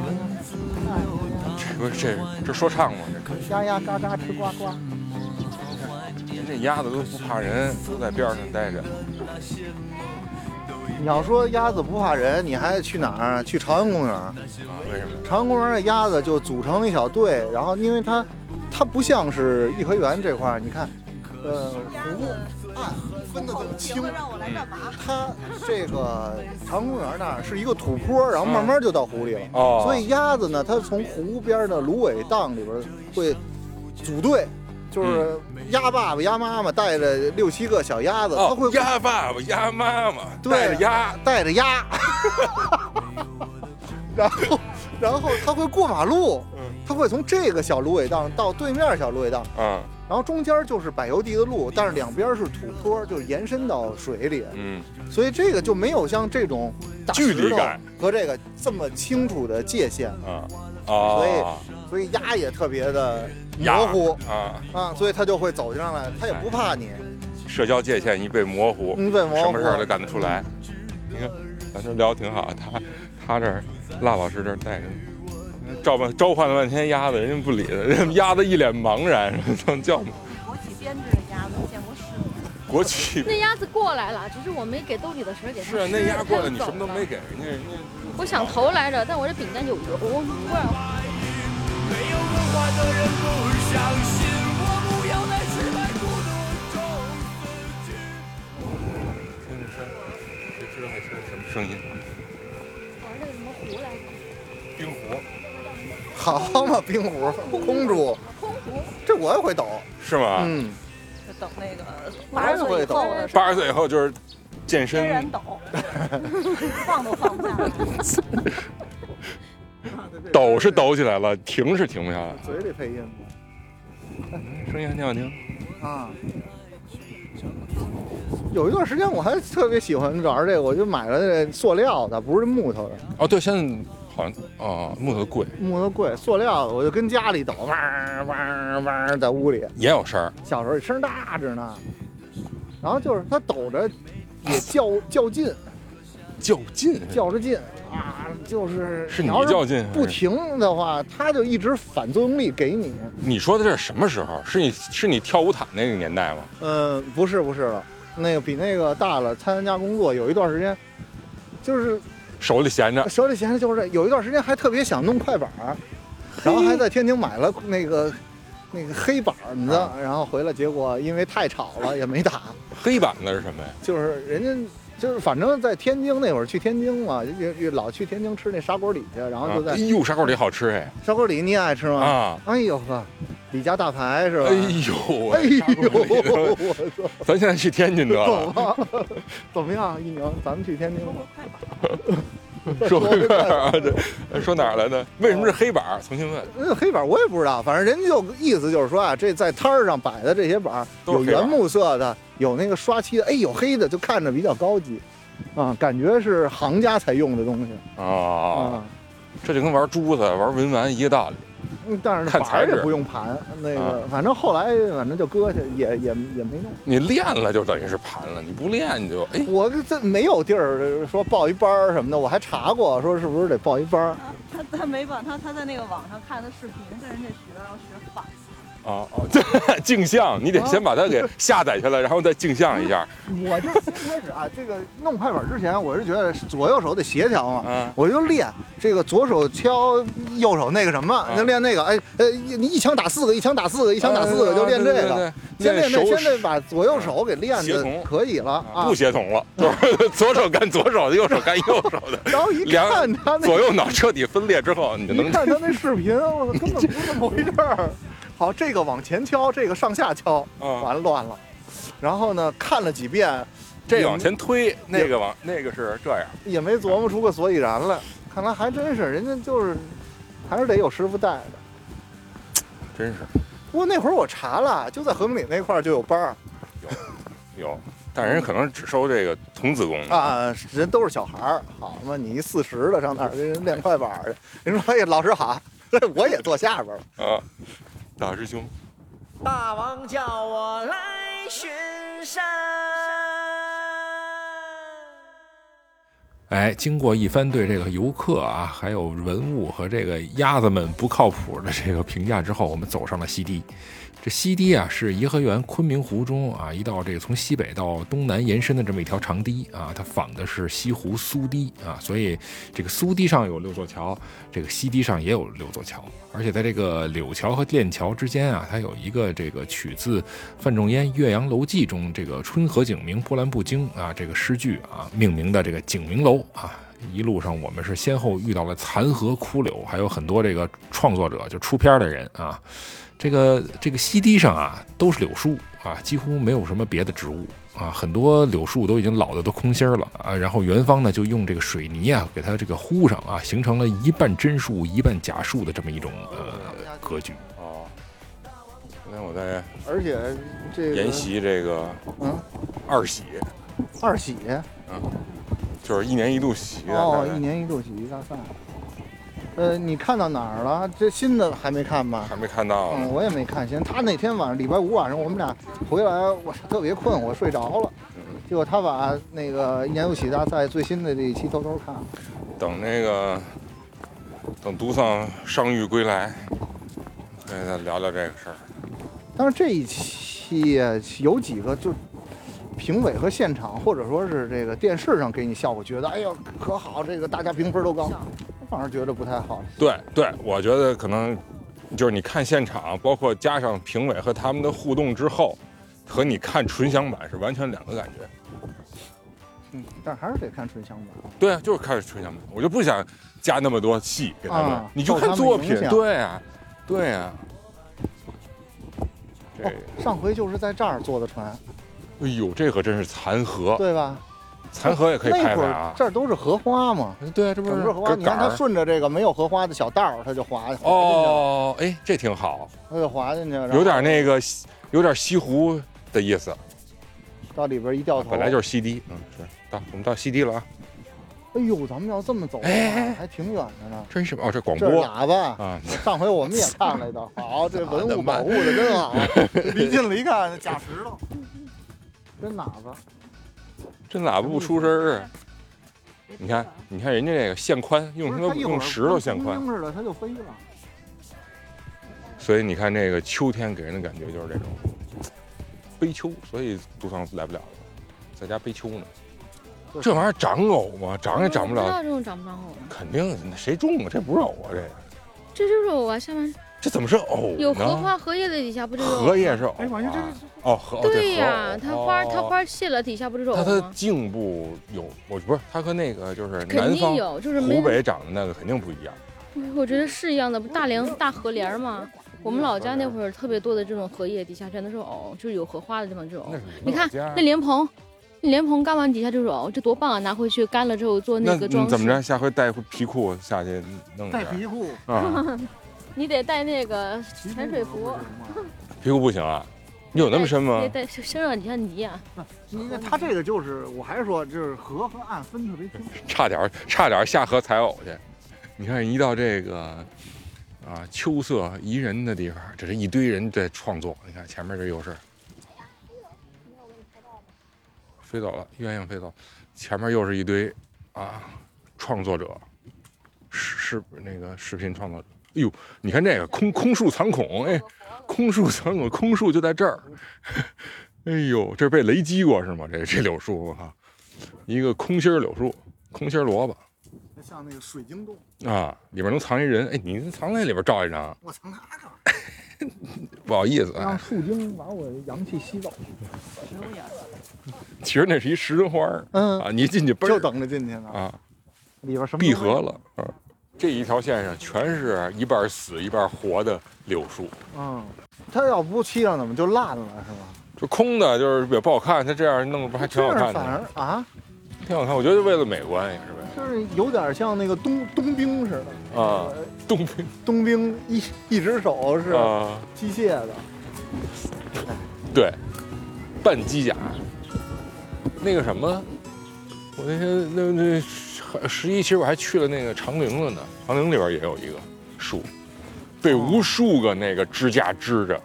Speaker 3: 这不是这这说唱吗？这
Speaker 8: 呀，呀呀嘎嘎吃呱呱，
Speaker 3: 人这鸭子都不怕人，都在边上待着。
Speaker 8: 你要说鸭子不怕人，你还去哪儿？去朝阳公园儿。
Speaker 3: 啊为什么？
Speaker 8: 朝阳公园的鸭子就组成一小队，然后因为它它不像是颐和园这块儿，你看，呃，湖岸分
Speaker 9: 哦
Speaker 8: 的很清。
Speaker 9: 嗯
Speaker 8: 它这个朝阳公园那儿是一个土坡，然后慢慢就到湖里了。
Speaker 3: 哦
Speaker 8: 所以鸭子呢，它从湖边的芦苇荡里边会组队，就是鸭爸爸、鸭妈妈带着六七个小鸭子，它会
Speaker 3: 嗯哦，鸭爸爸、鸭妈妈，带着
Speaker 8: 对
Speaker 3: 鸭，
Speaker 8: 带着鸭， 然后然后他会过马路，他会从这个小芦苇荡到对面小芦苇荡，
Speaker 3: 嗯
Speaker 8: 然后中间就是柏油地的路，但是两边是土坡，就是延伸到水里，
Speaker 3: 嗯，
Speaker 8: 所以这个就没有像这种大
Speaker 3: 距离
Speaker 8: 石头
Speaker 3: 感
Speaker 8: 和这个这么清楚的界限，
Speaker 3: 啊
Speaker 8: 所以
Speaker 3: 哦，
Speaker 8: 所以鸭也特别的
Speaker 3: 鸭
Speaker 8: 模糊
Speaker 3: 啊，
Speaker 8: 啊，所以它就会走上来，它也不怕你。
Speaker 3: 社交界限一被模糊，
Speaker 8: 嗯被模糊
Speaker 3: 哎什么事儿都干得出来。你看，咱这聊得挺好，他他这儿，辣老师这儿带着。召唤召唤了半天鸭子，人家不理他， 人家鸭子一脸茫然， 能叫吗？
Speaker 9: 嗯
Speaker 12: 国企编制的鸭子，我见过狮子。
Speaker 3: 国旗
Speaker 4: 那鸭子过来了，只是我没给兜里的食儿给它
Speaker 3: 是啊，那
Speaker 4: 吃
Speaker 3: 鸭过来
Speaker 4: 它就
Speaker 3: 你
Speaker 4: 走
Speaker 3: 什么都
Speaker 4: 了
Speaker 3: 没给人家，人家
Speaker 4: 我想投来着，但我这饼干有油，我不然
Speaker 13: 没有文化的人不相信，我不要在失败孤独中。
Speaker 3: 听着声，谁知道那是什么声音？
Speaker 4: 玩那个什么湖来着，
Speaker 8: 嗯
Speaker 3: 冰壶
Speaker 8: 好嘛，冰壶，空竹，
Speaker 9: 空竹
Speaker 8: 这我也会抖。
Speaker 3: 是吗？
Speaker 8: 嗯，
Speaker 9: 就等那个
Speaker 8: 八
Speaker 9: 八
Speaker 8: 十
Speaker 9: 十
Speaker 8: 岁
Speaker 9: 岁
Speaker 8: 以
Speaker 9: 以
Speaker 8: 后
Speaker 9: 后
Speaker 8: 的
Speaker 9: 的
Speaker 8: 事
Speaker 3: 八十岁以后就是健
Speaker 9: 天
Speaker 3: 身
Speaker 9: 然抖，放都放不下了。
Speaker 3: 抖是抖起来了，停是停不下来。
Speaker 8: 嘴里配音
Speaker 3: 声音还挺好听。
Speaker 8: 啊。有一段时间我还特别喜欢玩这个，我就买了这塑料的，不是木头的，
Speaker 3: 哦，对，现在好像哦，木头贵
Speaker 8: 木头贵，塑料的，我就跟家里抖，哇哇哇，在屋里。
Speaker 3: 也有声儿。
Speaker 8: 小时候声大着呢，然后就是它抖着也较较劲，
Speaker 3: 较劲，
Speaker 8: 较着劲啊，就是
Speaker 3: 是你
Speaker 8: 要
Speaker 3: 较劲还是
Speaker 8: 不停的话，它就一直反作用力给你。
Speaker 3: 你说的这是什么时候？是你是你跳舞毯那个年代吗？
Speaker 8: 嗯，不是不是了，那个比那个大了，参加工作有一段时间，就是
Speaker 3: 手里闲着，
Speaker 8: 手里闲着就是有一段时间还特别想弄快板儿，然后还在天津买了那个那个黑板儿子，然后回来结果因为太吵了也没打，
Speaker 3: 黑板子是什么呀？
Speaker 8: 就是人家。就是反正在天津那会儿去天津嘛，也也老去天津吃那砂锅里去，然后就在、
Speaker 3: 啊哎呦，砂锅底好吃哎！
Speaker 8: 砂锅里你也爱吃吗？
Speaker 3: 啊，
Speaker 8: 哎呦呵，李家大排是吧？
Speaker 3: 哎呦，
Speaker 8: 哎呦，我操！
Speaker 3: 咱现在去天津得
Speaker 8: 走
Speaker 3: 了。
Speaker 8: 吧，怎么样，一鸣？咱们去天津吧。
Speaker 3: 说回这儿啊，这说哪儿来
Speaker 8: 哦
Speaker 3: 的？为什么是黑板儿？重新问。
Speaker 8: 那黑板我也不知道，反正人家就意思就是说啊，这在摊儿上摆的这些板儿，
Speaker 3: 都是
Speaker 8: 有
Speaker 3: 黑板
Speaker 8: 原木色的，有那个刷漆的，哎，有黑的，就看着比较高级，啊，感觉是
Speaker 3: 啊
Speaker 8: 行家才用的东西。啊
Speaker 3: 哦，这就跟玩珠子、玩文玩一个道理。
Speaker 8: 嗯但是
Speaker 3: 看材
Speaker 8: 盘也
Speaker 3: 质
Speaker 8: 不用盘，那个
Speaker 3: 啊
Speaker 8: 反正后来反正就搁下，也也也没弄。
Speaker 3: 你练了就等于是盘了，你不练你就哎，
Speaker 8: 我这没有地儿说报一班儿什么的，我还查过，说是不是得报一班儿。
Speaker 9: 他他没办他他在那个网上看的视频，跟人家学，然后学反了。
Speaker 3: 啊哦， 对，镜像，你得先把它给下载下来，然后再镜像一下。
Speaker 8: 我就先开始啊，这个弄快板之前，我是觉得左右手得协调嘛，
Speaker 3: 嗯
Speaker 8: 我就练这个左手敲，右手那个什
Speaker 3: 啊
Speaker 8: 么，就练那个，哎呃，你一枪打四个，一枪打四个，一枪打四个，
Speaker 3: 哎
Speaker 8: 就练这
Speaker 3: 对对
Speaker 8: 个
Speaker 3: 对，
Speaker 8: 先练
Speaker 3: 练
Speaker 8: 这，
Speaker 3: 手
Speaker 8: 先得把左右手给练
Speaker 3: 协
Speaker 8: 的
Speaker 3: 同
Speaker 8: 可以了啊，
Speaker 3: 不协同了，就是左手干左手的，右手干右手的，
Speaker 8: 然后一
Speaker 3: 两
Speaker 8: 看他那
Speaker 3: 左右脑彻底分裂之后，你就能
Speaker 8: 一看他那视频， 我根本不是那么回事儿。 好，这个往前敲，这个上下敲，
Speaker 3: 啊
Speaker 8: 完了乱了。然后呢，看了几遍，这
Speaker 3: 这往前推，那
Speaker 8: 也
Speaker 3: 个往那个是这样。
Speaker 8: 也没琢磨出个所以然来。看来还真是，人家就是还是得有师傅带着。
Speaker 3: 真是
Speaker 8: 不过那会儿我查了，就在和平里那块儿就有班儿
Speaker 3: 有，但人家可能只收这个童子功的，
Speaker 8: 啊，人都是小孩儿。好嘛，你一四十的上哪儿跟人练快板儿去？人说：“哎，老师好， 我也坐下边儿了。”
Speaker 3: 啊，大师兄，
Speaker 13: 大王叫我来巡山。
Speaker 10: 哎，经过一番对这个游客啊，还有文物和这个鸭子们不靠谱的这个评价之后，我们走上了西堤。这西堤啊，是颐和园昆明湖中啊一道这个从西北到东南延伸的这么一条长堤啊，它仿的是西湖苏堤啊，所以这个苏堤上有六座桥，这个西堤上也有六座桥，而且在这个柳桥和练桥之间啊，它有一个这个取自范仲淹《岳阳楼记》中这个“春和景明，波澜不惊”啊这个诗句啊命名的这个景明楼啊。一路上我们是先后遇到了残荷、枯柳，还有很多这个创作者就出片儿的人啊。这个这个西堤上啊都是柳树啊，几乎没有什么别的植物啊，很多柳树都已经老的都空心儿了啊。然后园方呢就用这个水泥啊给它这个糊上啊，形成了一半真树一半假树的这么一种
Speaker 3: 哎
Speaker 10: 呃格局。
Speaker 3: 哦，昨天我在
Speaker 8: 而且这个
Speaker 3: 研习这个
Speaker 8: 嗯
Speaker 3: 二喜，
Speaker 8: 二喜
Speaker 3: 嗯，就是一年一度喜啊大
Speaker 8: 哦，
Speaker 3: 概
Speaker 8: 一年一度喜剧大赛。呃，你看到哪儿了？这新的还没看吧？
Speaker 3: 还没看到
Speaker 8: 嗯，
Speaker 3: 呢。
Speaker 8: 我也没看先。他那天晚上，礼拜五晚上，我们俩回来，我特别困，我睡着了。结果他把那个一年一度喜剧大赛最新的这一期偷偷看了。
Speaker 3: 等那个等独丧伤愈归来，再再聊聊这个事儿。
Speaker 8: 但是这一期啊有几个就评委和现场，或者说是这个电视上给你效果，觉得哎呦可好，这个大家评分都高。我反而觉得不太好。
Speaker 3: 对对，我觉得可能就是你看现场，包括加上评委和他们的互动之后，和你看纯享版是完全两个感觉。
Speaker 8: 嗯，但是还是得看纯享版。
Speaker 3: 对啊，就是看纯享版，我就不想加那么多戏给他们，
Speaker 8: 啊
Speaker 3: 你就看作品
Speaker 8: 受他们影。响
Speaker 3: 对啊，对啊。这
Speaker 8: 哦，上回就是在这儿坐的船，
Speaker 3: 哎呦，这可真是残荷，
Speaker 8: 对吧？
Speaker 3: 残荷也哦可以拍
Speaker 8: 那
Speaker 3: 拍
Speaker 8: 会儿
Speaker 3: 啊。
Speaker 8: 这儿都是荷花嘛。
Speaker 10: 对，这
Speaker 3: 不是
Speaker 8: 整个荷花。
Speaker 3: 跟
Speaker 8: 你看
Speaker 3: 杆
Speaker 8: 它
Speaker 3: 儿
Speaker 8: 顺着这个没有荷花的小道儿，它就滑。
Speaker 3: 哦，哎，这挺好，
Speaker 8: 它就滑进去了，然后
Speaker 3: 有点那个，有点西湖的意思。
Speaker 8: 到里边一掉头。
Speaker 3: 本来就是西堤，嗯，是到我们到西堤了啊。
Speaker 8: 哎呦，咱们要这么走的话，还挺远的呢。
Speaker 3: 真是哦，哎这广
Speaker 8: 这是
Speaker 3: 播
Speaker 8: 喇叭
Speaker 3: 啊，
Speaker 8: 上回我们也看了一道，好，这文物保护的真好。离近了一看，假 石头，真喇叭。
Speaker 3: 真喇叭不出声儿啊。你看，你看人家这个线宽，用什
Speaker 8: 不是
Speaker 3: 么
Speaker 8: 它一会儿
Speaker 3: 用石头线
Speaker 8: 跟
Speaker 3: 宽
Speaker 8: 风，似的，它就飞了。
Speaker 3: 所以你看这个秋天给人的感觉就是这种悲秋，所以杜尚来不了了，在家悲秋呢。这玩意儿长藕吗？长也长不
Speaker 4: 嗯我知道
Speaker 3: 了，
Speaker 4: 这种长不长藕，
Speaker 3: 肯定谁种啊？这不是藕啊，这个
Speaker 4: 这就是藕啊，下面
Speaker 3: 这怎么是藕
Speaker 4: 有荷
Speaker 3: 呢？
Speaker 4: 花荷叶的底下不就是藕吗
Speaker 3: 荷叶是藕
Speaker 8: 哎
Speaker 3: 啊？哦，荷哦这
Speaker 4: 对
Speaker 3: 荷
Speaker 4: 呀，
Speaker 3: 藕
Speaker 4: 它花它
Speaker 3: 哦
Speaker 4: 花谢了，底下不就是藕
Speaker 3: 它它
Speaker 4: 吗？
Speaker 3: 茎部有，我不是它和那个就是
Speaker 4: 定
Speaker 3: 南方
Speaker 4: 有就是没
Speaker 3: 湖北长的那个肯定不一样。
Speaker 4: 我觉得是一样的，不大连大荷莲儿嘛。我们老家那会儿特别多的这种荷叶，底下全都是藕，就是有荷花的地方
Speaker 3: 哦
Speaker 4: 就是藕。你看
Speaker 3: 家
Speaker 4: 那莲蓬，那莲蓬干完底下就是藕，这多棒啊！拿回去干了之后做
Speaker 3: 那
Speaker 4: 个
Speaker 3: 你
Speaker 4: 装饰。
Speaker 3: 怎么着？？下回带皮裤下去弄点儿
Speaker 8: 裤
Speaker 3: 啊？
Speaker 4: 你得带那个潜水服，
Speaker 3: 皮裤不行啊？你有那么深吗
Speaker 4: 得？带身上底下泥啊。
Speaker 8: 你看它这个就是，我还是说，就是河和岸分特别清楚。
Speaker 3: 差点儿差点儿下河采藕去。你看一到这个啊，秋色宜人的地方，这是一堆人在创作。你看前面这又是飞走了，鸳鸯飞走，前面又是一堆啊创作者，视视那个视频创作者。哎呦，你看这个空空树藏孔，哎，空树藏孔，空树就在这儿。 哎呦，这被雷击过是吗？这这柳树，我靠，一个空心儿柳树，空心儿萝卜。
Speaker 8: 那像那个水晶洞，
Speaker 3: 啊，里边能藏一人，哎，你藏在里边照一张，
Speaker 8: 我藏哪儿？
Speaker 3: 哎不好意思
Speaker 8: 让
Speaker 3: 啊。
Speaker 8: 树精把我阳气吸走。
Speaker 3: 其实那是一石针花儿，
Speaker 8: 嗯
Speaker 3: 啊，你一进去嘣儿
Speaker 8: 就等着进去呢，
Speaker 3: 啊，
Speaker 8: 里边什么都没
Speaker 3: 闭
Speaker 8: 有
Speaker 3: 合了啊。这一条线上全是一半死一半活的柳树，
Speaker 8: 嗯，它要不沏上，怎么就烂了是吗？
Speaker 3: 就空的，就是也不好看。它这样弄着不还挺好看
Speaker 8: 这样反
Speaker 3: 的
Speaker 8: 而？啊，
Speaker 3: 挺好看，我觉得为了美观也是呗。
Speaker 8: 就是有点像那个冬冬兵似的，呃
Speaker 3: 啊，冬兵
Speaker 8: 冬兵一一只手是
Speaker 3: 啊
Speaker 8: 机械的，
Speaker 3: 对，半机甲，那个什么，我那天那那十十一，其实我还去了那个长陵了呢。长陵里边也有一个树，被无数个那个支架支着，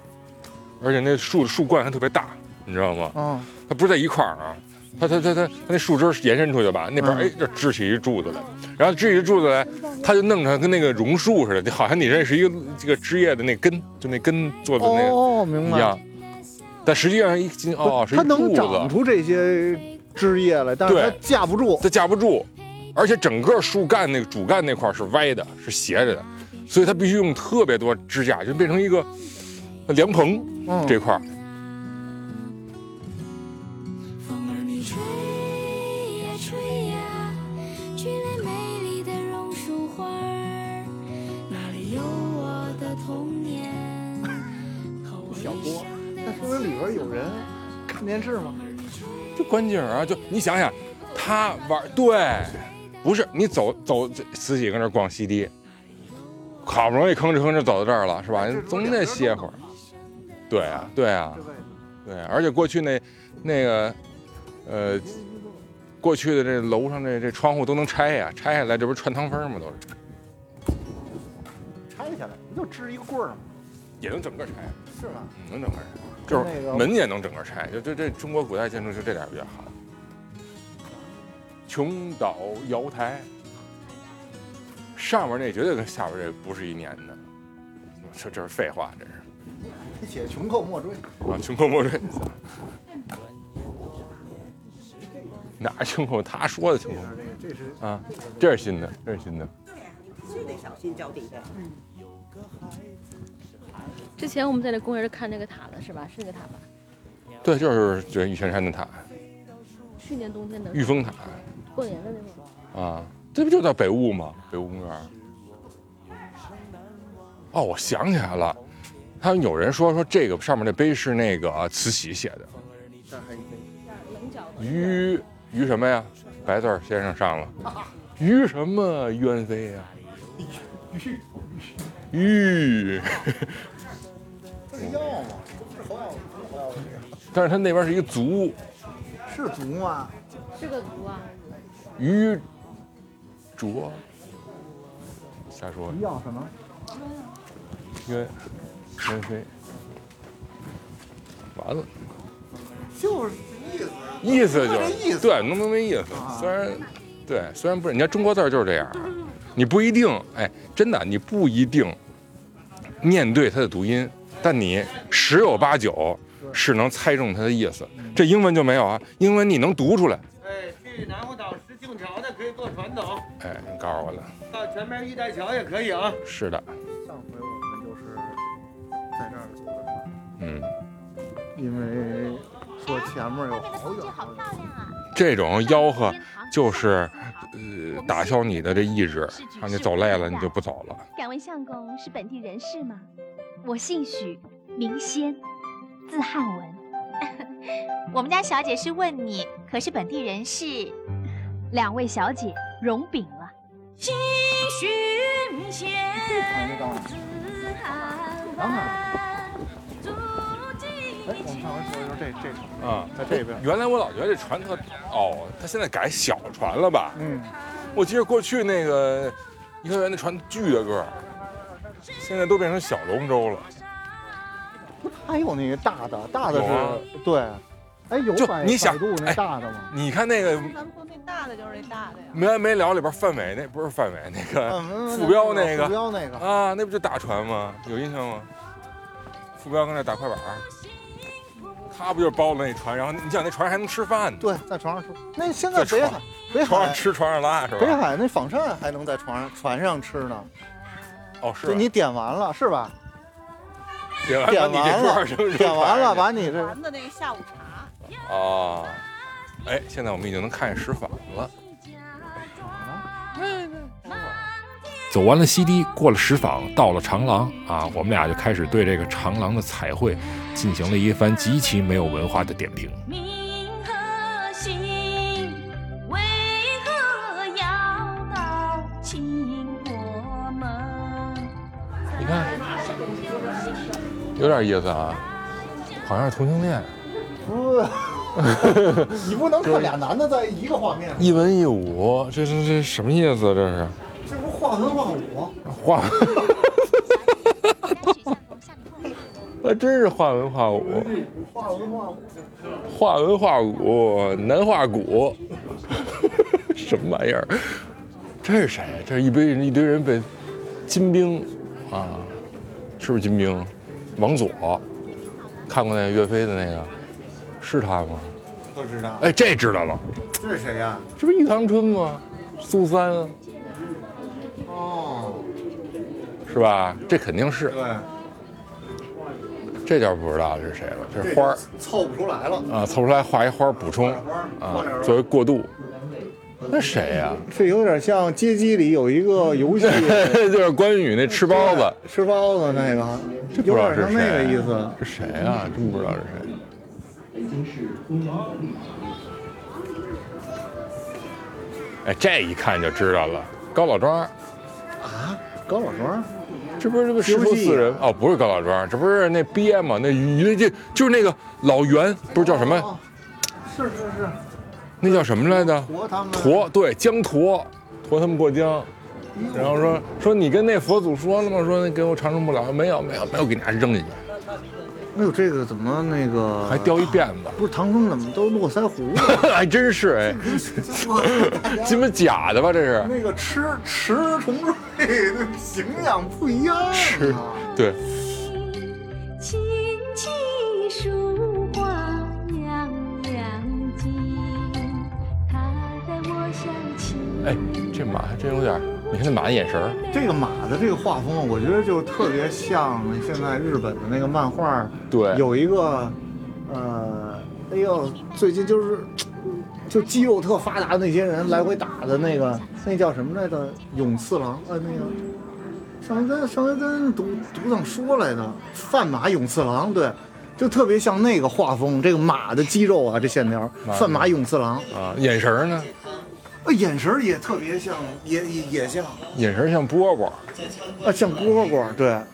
Speaker 3: 而且那树树冠还特别大，你知道吗？
Speaker 8: 嗯，
Speaker 3: 它不是在一块儿啊，它它它它它那树枝延伸出去吧，那边、哎这支起一柱子来，然后支起一柱子来，它就弄成跟那个榕树似的，好像你这是一个这个枝叶的那根，就那根做的那个、
Speaker 8: 哦明白
Speaker 3: 一样。但实际上一进哦，是一
Speaker 8: 它能
Speaker 3: 柱子
Speaker 8: 长出这些枝叶来，但是它
Speaker 3: 对
Speaker 8: 架不住，
Speaker 3: 它架不住，而且整个树干那个主干那块儿是歪的，是斜着的，所以它必须用特别多支架，就变成一个凉棚、
Speaker 8: 嗯
Speaker 3: 这块儿。
Speaker 15: 风儿你吹呀吹呀，吹来美丽的榕树花儿，那里有我的童年。
Speaker 8: 小郭，那说明里边有人看电视吗？
Speaker 3: 这关键啊，就你想想，他玩对，不是你走走自己跟那儿逛 CD，好不容易吭哧吭哧走到这儿了，是吧？你总得歇会儿。对啊，对啊，对啊，而且过去那那个呃，过去的这楼上这这窗户都能拆呀、拆下来这不是串堂风吗？都是
Speaker 8: 拆下来不就支一个棍儿吗？
Speaker 3: 也能整个拆，嗯
Speaker 8: 是吗？
Speaker 3: 能整个拆，就是门也能整个拆，就这这中国古代建筑就这点儿比较好。琼岛瑶台，上面那绝对跟下边这不是一年的，这这是废话，这是
Speaker 8: 一写穷寇莫追，
Speaker 3: 啊，穷寇莫追，哪儿穷寇？他说的穷寇
Speaker 8: 这是
Speaker 3: 啊，这是新的，这是新的，
Speaker 12: 是得小心交底的。
Speaker 4: 之前我们在这公园看那个塔的是吧？是那个塔吧？
Speaker 3: 对，就是这玉泉山的塔，
Speaker 4: 去年冬天的时候
Speaker 3: 玉峰塔
Speaker 4: 过年的那会儿，
Speaker 3: 啊，这不就在北坞吗？北坞公园。哦，我想起来了，他们有人说说这个上面这碑是那个慈禧写的，
Speaker 8: 这还一杯。
Speaker 3: 于于什么呀？白字儿先生上了，于什么冤妃呀？于，
Speaker 8: 这是药吗？这是侯耀文，侯耀文
Speaker 3: 但是他那边是一个族，
Speaker 8: 是族吗？
Speaker 4: 是个族啊。
Speaker 3: 于卓，瞎说，
Speaker 8: 药什么？
Speaker 3: 冤冤妃，完了。
Speaker 8: 就是意思。
Speaker 3: 意思就
Speaker 8: 这
Speaker 3: 是
Speaker 8: 意思啊
Speaker 3: 对，浓浓的意思。虽然对，虽然不是，你看中国字儿就是这样，啊你不一定，哎，真的，你不一定面对它的读音，但你十有八九是能猜中它的意思。这英文就没有啊，英文你能读出来，
Speaker 16: 哎，去南湖岛石径桥的可以坐船走，
Speaker 3: 哎，你告诉我了，
Speaker 16: 到前面玉带桥也可以啊。
Speaker 3: 是的，
Speaker 8: 上回我们就是在这儿坐着，
Speaker 3: 嗯，
Speaker 8: 因为说前面有好远好远。
Speaker 3: 这种吆喝就是呃打消你的这意志，让你走累了你就不走了。
Speaker 17: 敢问相公是本地人士吗？我姓许，名仙，字汉文。 我们家小姐是问你，可是本地人士？两位小姐容禀了。
Speaker 18: 心寻仙，自寒晚，住
Speaker 8: 哎，我们上回说的就是这这场，
Speaker 3: 啊，
Speaker 8: 在这边
Speaker 3: 原来我老觉得这船特哦，它现在改小船了吧？
Speaker 8: 嗯，
Speaker 3: 我记得过去那个颐和园那船巨大个儿，现在都变成小龙舟了。
Speaker 8: 还有哎那个大的，大的
Speaker 3: 有啊
Speaker 8: 是，对，哎，有
Speaker 3: 就
Speaker 8: 百
Speaker 3: 你想哎
Speaker 8: 百度那大的吗？
Speaker 3: 你看那个嗯
Speaker 9: 咱们说那大的就是那大的呀。
Speaker 3: 没完没了里边范伟那不是范伟那个
Speaker 8: 嗯
Speaker 3: 副标那个
Speaker 8: 副标那个
Speaker 3: 啊，那不就大船吗？有印象吗？副标跟那打快板儿，他不就包了那船？然后你想那船上还能吃饭呢，
Speaker 8: 对，在床上吃。那现在北海，北
Speaker 3: 船
Speaker 8: 海
Speaker 3: 上吃船上拉是
Speaker 8: 北
Speaker 3: 吧？
Speaker 8: 海那仿膳还能在床上船上吃呢，
Speaker 3: 哦，是
Speaker 8: 就
Speaker 3: 吧
Speaker 8: 你点完了 是吧？
Speaker 3: 点完
Speaker 8: 点
Speaker 3: 把你这
Speaker 8: 完了
Speaker 3: 桌扔，扔
Speaker 8: 点完了，
Speaker 3: 船
Speaker 8: 把
Speaker 3: 上去
Speaker 8: 你这
Speaker 9: 咱的那个下午茶，
Speaker 3: 哦，哎，现在我们已经能看见石反了。
Speaker 10: 走完了西堤，过了石坊，到了长廊啊，我们俩就开始对这个长廊的彩绘进行了一番极其没有文化的点评。
Speaker 18: 明和心，为何要到秦国门？
Speaker 3: 你看，有点意思啊，好像是同性恋，
Speaker 8: 你不能看俩男的在一个画面，
Speaker 3: 一文一武，这这这什么意思？这是
Speaker 8: 这不是画文画武？
Speaker 3: 画，那真是画文化武，
Speaker 8: 画文画武，
Speaker 3: 画文化武，男画骨， 什么玩意儿？这是谁？啊这一堆人一堆人被金兵啊，是不是金兵？王佐，看过那岳飞的那个，是他吗？
Speaker 8: 不知道。
Speaker 3: 哎，这知道了。
Speaker 8: 这是谁呀？
Speaker 3: 这不是玉堂春吗？苏三啊，
Speaker 8: 哦，
Speaker 3: 是吧？这肯定是，
Speaker 8: 对，
Speaker 3: 这就不知道是谁了。这是花儿
Speaker 8: 凑不出来了。
Speaker 3: 啊，凑出来画一花儿补充啊，作为过渡。那谁呀、
Speaker 8: 这有点像街机里有一个游戏，
Speaker 3: 就是关羽那吃 包子，
Speaker 8: 吃包子那个，
Speaker 3: 不
Speaker 8: 有
Speaker 3: 知道
Speaker 8: 点
Speaker 3: 是
Speaker 8: 像
Speaker 3: 谁啊
Speaker 8: 那个意思。
Speaker 3: 这谁呀、真不知道是谁。哎，这一看就知道了，高老庄。
Speaker 8: 啊，高老庄，
Speaker 3: 这不是这不师出四人
Speaker 8: 啊
Speaker 3: 哦，不是高老庄，这不是那鳖吗？那鱼这就是那个老袁，不是叫什么？
Speaker 8: 是是是，
Speaker 3: 那叫什么来着？
Speaker 8: 驮他们
Speaker 3: 驮对江驮，驮他们过江。然后说说你跟那佛祖说了吗？说那给我长生不老，没有没有没有，给你还扔进去，
Speaker 8: 哎呦，这个怎么那个
Speaker 3: 还叼一辫子，
Speaker 8: 不是唐僧怎么都络腮胡 了？
Speaker 3: 还真是哎，这不假的吧？这是
Speaker 8: 那个吃吃哎重瑞的形象不一样
Speaker 3: 吃
Speaker 8: 啊。
Speaker 3: 对，
Speaker 18: 琴棋书画样样精，它带我想起。
Speaker 3: 哎，这马还真有点儿，你看那马的眼神儿，
Speaker 8: 这个马的这个画风，我觉得就特别像现在日本的那个漫画，
Speaker 3: 对
Speaker 8: 有一个，呃，哎呦，最近就是，就肌肉特发达的那些人来回打的那个，那叫什么来着？永次郎，呃，那个上回跟上回跟独独长说来的，范马永次郎，对，就特别像那个画风，这个马的肌肉啊，这线条，
Speaker 3: 马
Speaker 8: 范马永次郎，
Speaker 3: 啊，眼神儿呢？
Speaker 8: 呃眼神儿也特别像，也也也像。
Speaker 3: 眼神儿像蝈蝈。
Speaker 8: 啊，像蝈蝈，对，哎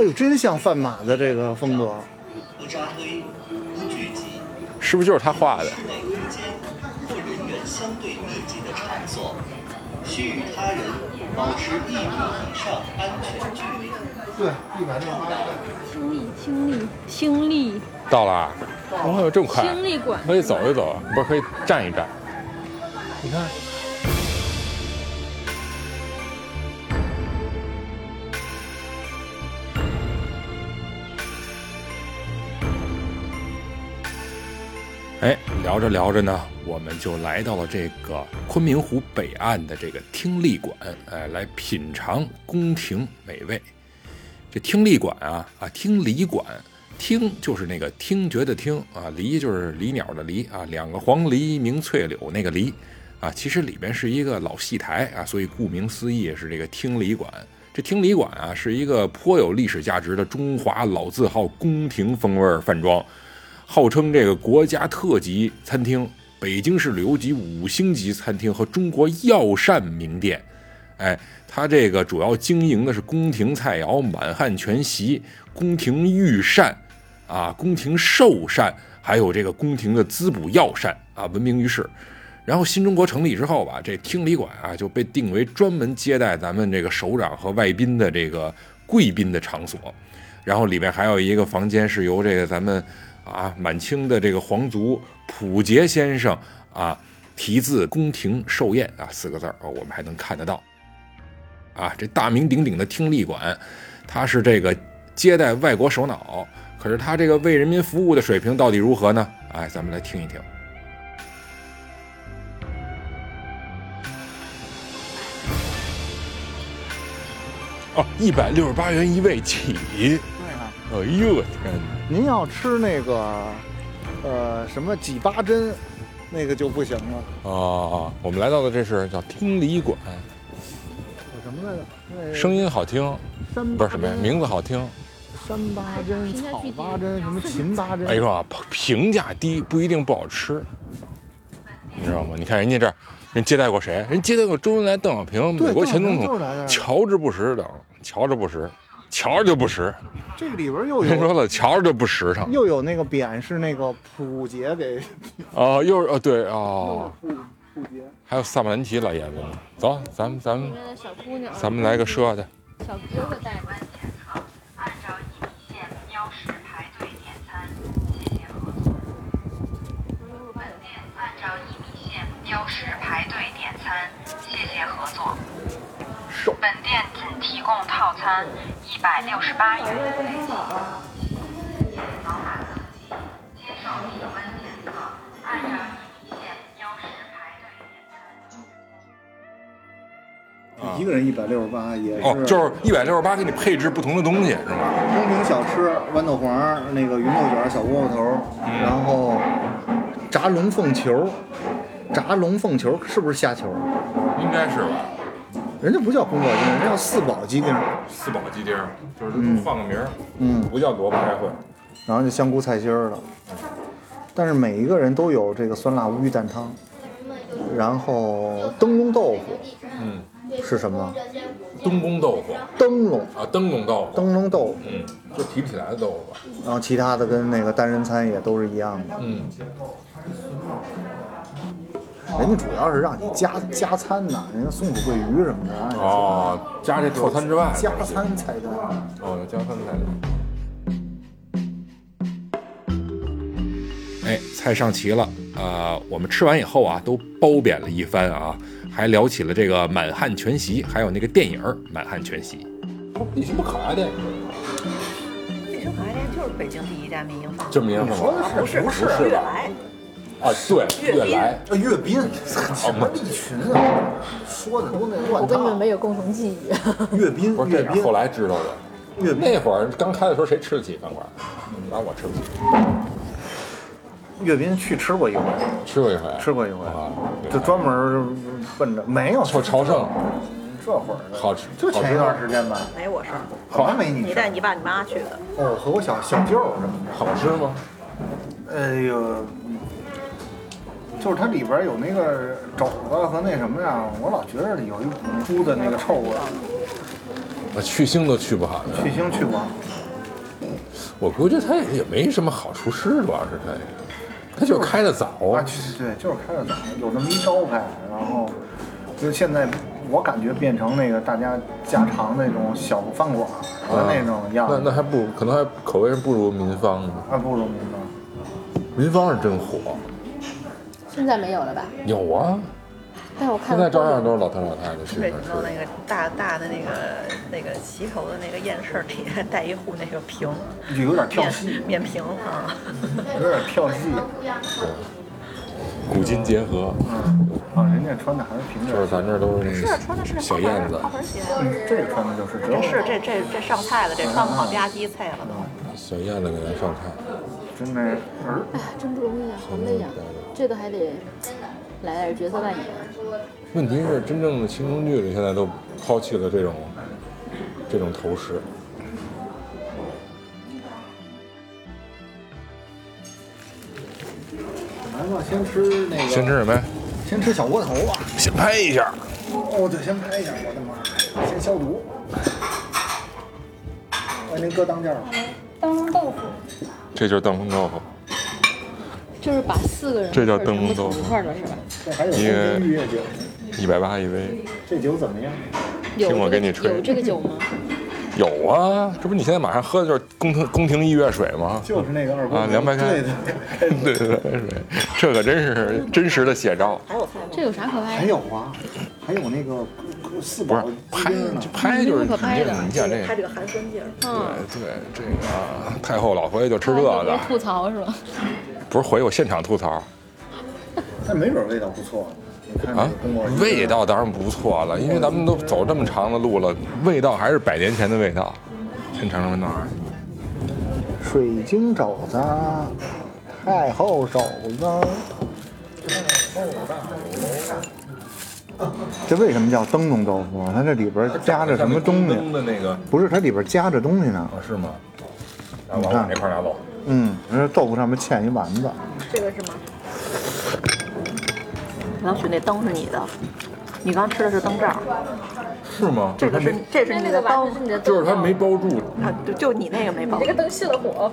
Speaker 8: 呦，真像范马的这个风格，
Speaker 3: 是不是就是他画的？
Speaker 13: 相对密集的场所，需与他人保持一米以上安全距离。
Speaker 8: 对，一百六
Speaker 4: 听力，听力，听力，
Speaker 3: 到了啊，哦，这么快，
Speaker 4: 听力馆
Speaker 3: 可以走一走，不是可以站一站。你看，哎，聊着聊着呢，我们就来到了这个昆明湖北岸的这个听力馆，哎，来品尝宫廷美味。这听力馆啊啊，听离馆，听就是那个听觉的听啊，离就是离鸟的离啊，两个黄鹂鸣翠柳那个离啊，其实里面是一个老戏台啊，所以顾名思义是这个听离馆。啊这听离馆啊，是一个颇有历史价值的中华老字号宫廷风味儿饭庄，号称这个国家特级餐厅、北京市旅游局五星级餐厅和中国药膳名店。哎，它这个主要经营的是宫廷菜肴、满汉全席、宫廷御膳，啊，宫廷寿膳，还有这个宫廷的滋补药膳啊，闻名于世。然后新中国成立之后吧，这听礼馆啊就被定为专门接待咱们这个首长和外宾的这个贵宾的场所，然后里面还有一个房间是由这个咱们啊满清的这个皇族溥杰先生啊题字“宫廷寿宴”啊四个字儿啊，我们还能看得到。啊，这大名鼎鼎的听力馆，它是这个接待外国首脑，可是它这个为人民服务的水平到底如何呢？哎，咱们来听一听。哦，一百六十八元一位起。
Speaker 8: 对啊，
Speaker 3: 哎呦我天哪！
Speaker 8: 您要吃那个，呃，什么几八珍，那个就不行了。
Speaker 3: 哦，我们来到的这是叫听力馆，
Speaker 8: 我什么来着？那
Speaker 3: 声音好听，不是什么呀，名字好听。
Speaker 8: 三八珍、草八珍、什么秦八珍。
Speaker 3: 哎呦啊，评价低不一定不好吃，你知道吗？你看人家这儿，人接待过谁？人接待过周恩来、邓小平、
Speaker 8: 对
Speaker 3: 美国前总
Speaker 8: 邓小平就是来这儿
Speaker 3: 统乔治布什等，乔治布什，乔治就不实。
Speaker 8: 这个里边又
Speaker 3: 人说
Speaker 8: 有
Speaker 3: 了，乔治就不实诚
Speaker 8: 又有那个匾是那个溥杰给
Speaker 3: 啊，又是哦对哦，
Speaker 8: 溥溥杰。
Speaker 3: 还有萨马兰奇老爷子呢。走，咱们咱们
Speaker 4: 的小姑娘，
Speaker 3: 咱们来个奢的。
Speaker 4: 小哥哥带着。
Speaker 19: 标识排队点餐，谢谢合作。本店仅提供套餐，一百六十八元。
Speaker 8: 一个人一百六十八，也是
Speaker 3: 哦，就是一百六十八给你配置不同的东西是吗？
Speaker 8: 宫廷小吃、豌豆黄、那个芸豆卷、小窝窝头，然后炸龙凤球，炸龙凤球是不是虾球？
Speaker 3: 应该是吧。
Speaker 8: 人家不叫宫保鸡丁，人家叫四宝鸡丁，
Speaker 3: 四宝鸡丁儿就是
Speaker 8: 嗯
Speaker 3: 换个名儿，
Speaker 8: 嗯
Speaker 3: 不叫萝卜开会。
Speaker 8: 然后就香菇菜心儿了。但是每一个人都有这个酸辣乌鱼蛋汤，然后灯笼豆腐
Speaker 3: 嗯，
Speaker 8: 是什么？
Speaker 3: 灯笼豆腐
Speaker 8: 灯笼，
Speaker 3: 啊，灯笼豆腐，
Speaker 8: 灯笼豆腐，
Speaker 3: 嗯，就提不起来的豆腐吧。
Speaker 8: 然后其他的跟那个单人餐也都是一样的。
Speaker 3: 嗯，
Speaker 8: 人家主要是让你加加餐呐，人家松鼠桂鱼什么的。让你
Speaker 3: 哦，加这套餐之外，
Speaker 8: 加餐菜单。
Speaker 3: 哦，加餐菜单。哎，菜上齐了，呃，我们吃完以后啊，都褒贬了一番啊，还聊起了这个《满汉全席》，还有那个电影儿《满汉全席》。你什么烤鸭店？
Speaker 12: 北城烤鸭店就是北京第一家民营房，
Speaker 3: 这民营饭馆
Speaker 12: 不是
Speaker 3: 不是
Speaker 12: 悦来，
Speaker 3: 啊，对，
Speaker 12: 阅
Speaker 3: 悦来，
Speaker 8: 呃，阅兵，什么利群啊？说的都那乱
Speaker 4: 我跟你
Speaker 8: 套。
Speaker 4: 们没有共同记忆。
Speaker 8: 阅兵，
Speaker 3: 不是这
Speaker 8: 阅
Speaker 3: 是
Speaker 8: 兵
Speaker 3: 后来知道的。那会儿刚开的时候，谁吃得起饭馆？反正我吃不起。
Speaker 8: 阅兵去吃过一回，
Speaker 3: 吃过一回，
Speaker 8: 吃过一回，就专门奔着没有
Speaker 3: 啊朝朝圣，
Speaker 8: 这会儿
Speaker 3: 好吃，
Speaker 8: 就前一段时间吧，
Speaker 12: 没哎我事儿，
Speaker 8: 好像没你
Speaker 12: 你
Speaker 8: 事
Speaker 12: 带
Speaker 8: 儿。
Speaker 12: 你爸你妈去的，
Speaker 8: 哦，和我小小舅什么的。
Speaker 3: 好吃吗？
Speaker 8: 哎呦，就是它里边有那个肘子和那什么呀，我老觉着有一股猪的那个臭味儿。
Speaker 3: 我啊去腥都去不好的。
Speaker 8: 去腥去过，
Speaker 3: 我估计他也没什么好厨师，主要是他，他就是开的早。
Speaker 8: 啊，对对，就是开的早，有那么一招牌，然后就现在我感觉变成那个大家家常那种小饭馆和那种样
Speaker 3: 啊那
Speaker 8: 子，
Speaker 3: 那还不如，可能还口味不如民芳呢。
Speaker 8: 还不如民芳。
Speaker 3: 民芳是真火，
Speaker 20: 现在没有了吧？
Speaker 3: 有啊，
Speaker 20: 但我看
Speaker 3: 现在照样都是老头老太太去
Speaker 12: 北
Speaker 3: 那
Speaker 12: 城
Speaker 3: 儿
Speaker 12: 的那
Speaker 3: 吃。
Speaker 12: 个大大的那个那个齐头的那个宴翅里还带一户那个屏，
Speaker 8: 就有点跳戏
Speaker 12: 面面屏啊，
Speaker 9: 嗯
Speaker 8: 有点跳戏。
Speaker 3: 古今结合，
Speaker 8: 嗯，啊，人家穿的还是平底儿，
Speaker 3: 就是咱这都是
Speaker 12: 是啊穿的是
Speaker 3: 小
Speaker 12: 花
Speaker 3: 燕子
Speaker 12: 盆花盆鞋，
Speaker 8: 嗯这个穿的就是只有
Speaker 12: 这是这这这上菜了，这穿不好吧唧菜了
Speaker 8: 嗯
Speaker 12: 都。
Speaker 3: 小燕子给咱上菜。
Speaker 8: 真的儿
Speaker 4: 哎呀，真不容易啊，好累呀、这都还得来点角色扮演。
Speaker 3: 问题是，真正的清宫剧里现在都抛弃了这种这种头饰。
Speaker 8: 来吧，先吃那个，
Speaker 3: 先吃什么呀？
Speaker 8: 先吃小窝头吧。
Speaker 3: 先拍一下。
Speaker 8: 哦，对，先拍一下，我的妈呀，先消毒。哎，您搁当间儿吧。
Speaker 4: 灯笼豆腐
Speaker 3: 这就是灯笼豆腐，
Speaker 4: 就是把四个人
Speaker 3: 这叫
Speaker 4: 或者
Speaker 3: 灯笼
Speaker 4: 全部
Speaker 3: 豆
Speaker 4: 凑
Speaker 3: 腐
Speaker 4: 一块儿了是吧？
Speaker 8: 这还有
Speaker 3: 一
Speaker 8: 红
Speaker 3: 个
Speaker 8: 金玉液酒，
Speaker 3: 一百八一杯，
Speaker 8: 这酒怎么样？
Speaker 4: 有
Speaker 3: 听我
Speaker 4: 这
Speaker 3: 给
Speaker 4: 个
Speaker 3: 你吹
Speaker 4: 有这个酒吗？
Speaker 3: 有啊，这不你现在马上喝的就是宫廷宫廷一月水吗？
Speaker 8: 就是那个二锅
Speaker 3: 啊，凉白开，
Speaker 8: 对的，
Speaker 3: 对对对对，这可真是真实的写照。
Speaker 4: 这有啥可拍的？
Speaker 8: 还有啊，还有那个四宝
Speaker 3: 拍就拍就是你这，你想这
Speaker 9: 拍这个寒酸劲儿，
Speaker 4: 嗯，
Speaker 3: 对对，这个太后老回去就吃这个，啊
Speaker 4: 哎吐槽是吧？
Speaker 3: 不是回去我现场吐槽
Speaker 8: 但没准味道不错。你看
Speaker 3: 啊
Speaker 8: 这宫保鸡，丁
Speaker 3: 味道当然不错了，因为咱们都走这么长的路了，味道还是百年前的味道。先尝尝味道啊，
Speaker 8: 水晶肘子，啊太后肘子。啊这为什么叫灯笼豆腐啊？它这里边夹着什么东
Speaker 3: 灯
Speaker 8: 西？
Speaker 3: 的那个啊
Speaker 8: 不是，它里边夹着东西呢。
Speaker 3: 是吗？往
Speaker 8: 你
Speaker 3: 我
Speaker 8: 看
Speaker 3: 那，块拿走。
Speaker 8: 嗯，这豆腐上面嵌一丸子，
Speaker 9: 这个是吗？老许那灯是你的，你刚吃的是灯罩，
Speaker 3: 是吗？
Speaker 9: 这个
Speaker 3: 它没
Speaker 9: 是这是你的包，
Speaker 3: 就是它没包住，
Speaker 9: 啊，就就你那个没包。这个灯熄了火，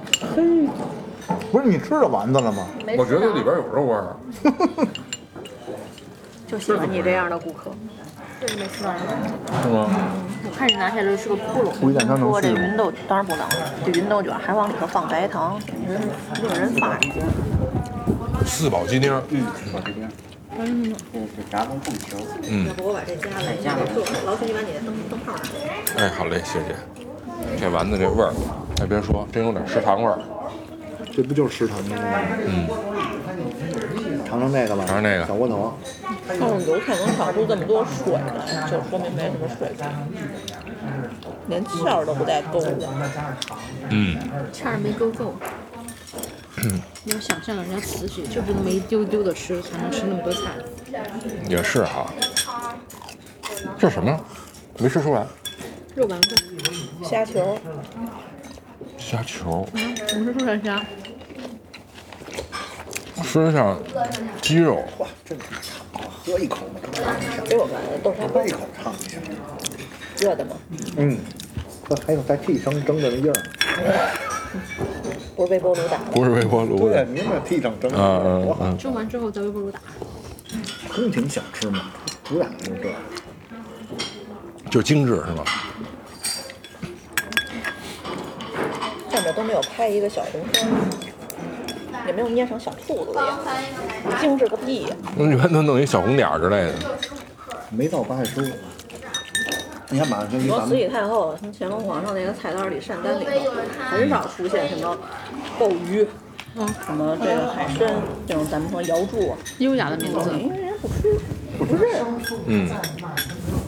Speaker 8: 不是你吃着丸子了吗？
Speaker 9: 没吃我觉得里边
Speaker 3: 有肉味儿。
Speaker 9: 就喜欢你这样的顾客。就是没吃完，
Speaker 3: 是吗？
Speaker 9: 我看你拿下来是个窟窿。
Speaker 8: 我一点看都
Speaker 9: 说这
Speaker 8: 嗯是
Speaker 9: 芸豆当然不能，这芸豆卷还往里头放白糖，简直是令人发指。
Speaker 3: 四宝鸡丁儿，
Speaker 21: 嗯，四宝鸡丁儿，
Speaker 9: 嗯，
Speaker 21: 这这炸成凤球，
Speaker 3: 嗯
Speaker 9: 要不我把这加了，
Speaker 21: 加了
Speaker 9: 老许，你把你的灯灯泡拿过来。
Speaker 3: 哎，好嘞，谢谢。这丸子这味儿，哎，别说，真有点食堂味儿。
Speaker 8: 这不就是食堂的吗？
Speaker 3: 嗯，
Speaker 8: 尝尝那个吧，
Speaker 3: 尝尝那个
Speaker 8: 小窝头。
Speaker 22: 但
Speaker 9: 嗯
Speaker 22: 是有可能炒出这么多水来，就说明没什么水分，连馅儿都不带勾的。
Speaker 3: 嗯，
Speaker 4: 馅儿没勾够。你要想象人家慈禧就是那么一丢丢的吃，才能吃那么多菜。
Speaker 3: 嗯也是哈。这什么呀？没吃出来。
Speaker 4: 肉丸子、
Speaker 9: 虾球，
Speaker 3: 虾球，
Speaker 4: 嗯，我们是涮虾。
Speaker 3: 吃像鸡肉，
Speaker 8: 喝一口吧，
Speaker 9: 给我们豆沙包
Speaker 8: 喝一口尝一下。
Speaker 9: 热的吗？
Speaker 8: 嗯，喝还有在替上蒸的那印儿，
Speaker 9: 不是微波炉打的。
Speaker 3: 不是微波炉
Speaker 8: 对
Speaker 3: 的，。
Speaker 8: 您这替上蒸的
Speaker 3: 嗯嗯
Speaker 8: 多好，
Speaker 3: 嗯，
Speaker 4: 蒸完之后在微波炉打。
Speaker 8: 宫廷小吃嘛，主打的就是这个。
Speaker 3: 就精致是吧？
Speaker 9: 上面都没有拍一个小红圈，也没有捏成小兔子的样子，精致个屁呀！
Speaker 3: 那你看他弄一小红点儿之类的，
Speaker 8: 没到八月十五。你看马上就一
Speaker 9: 说
Speaker 8: 咱
Speaker 9: 慈
Speaker 8: 们
Speaker 9: 禧太后从乾隆皇上那个菜单里膳单里头，很少出现什么鲍鱼，什么这个海参，这种咱们说瑶柱，啊
Speaker 4: 优雅的名字，
Speaker 9: 因为人不吃，不认
Speaker 3: 嗯，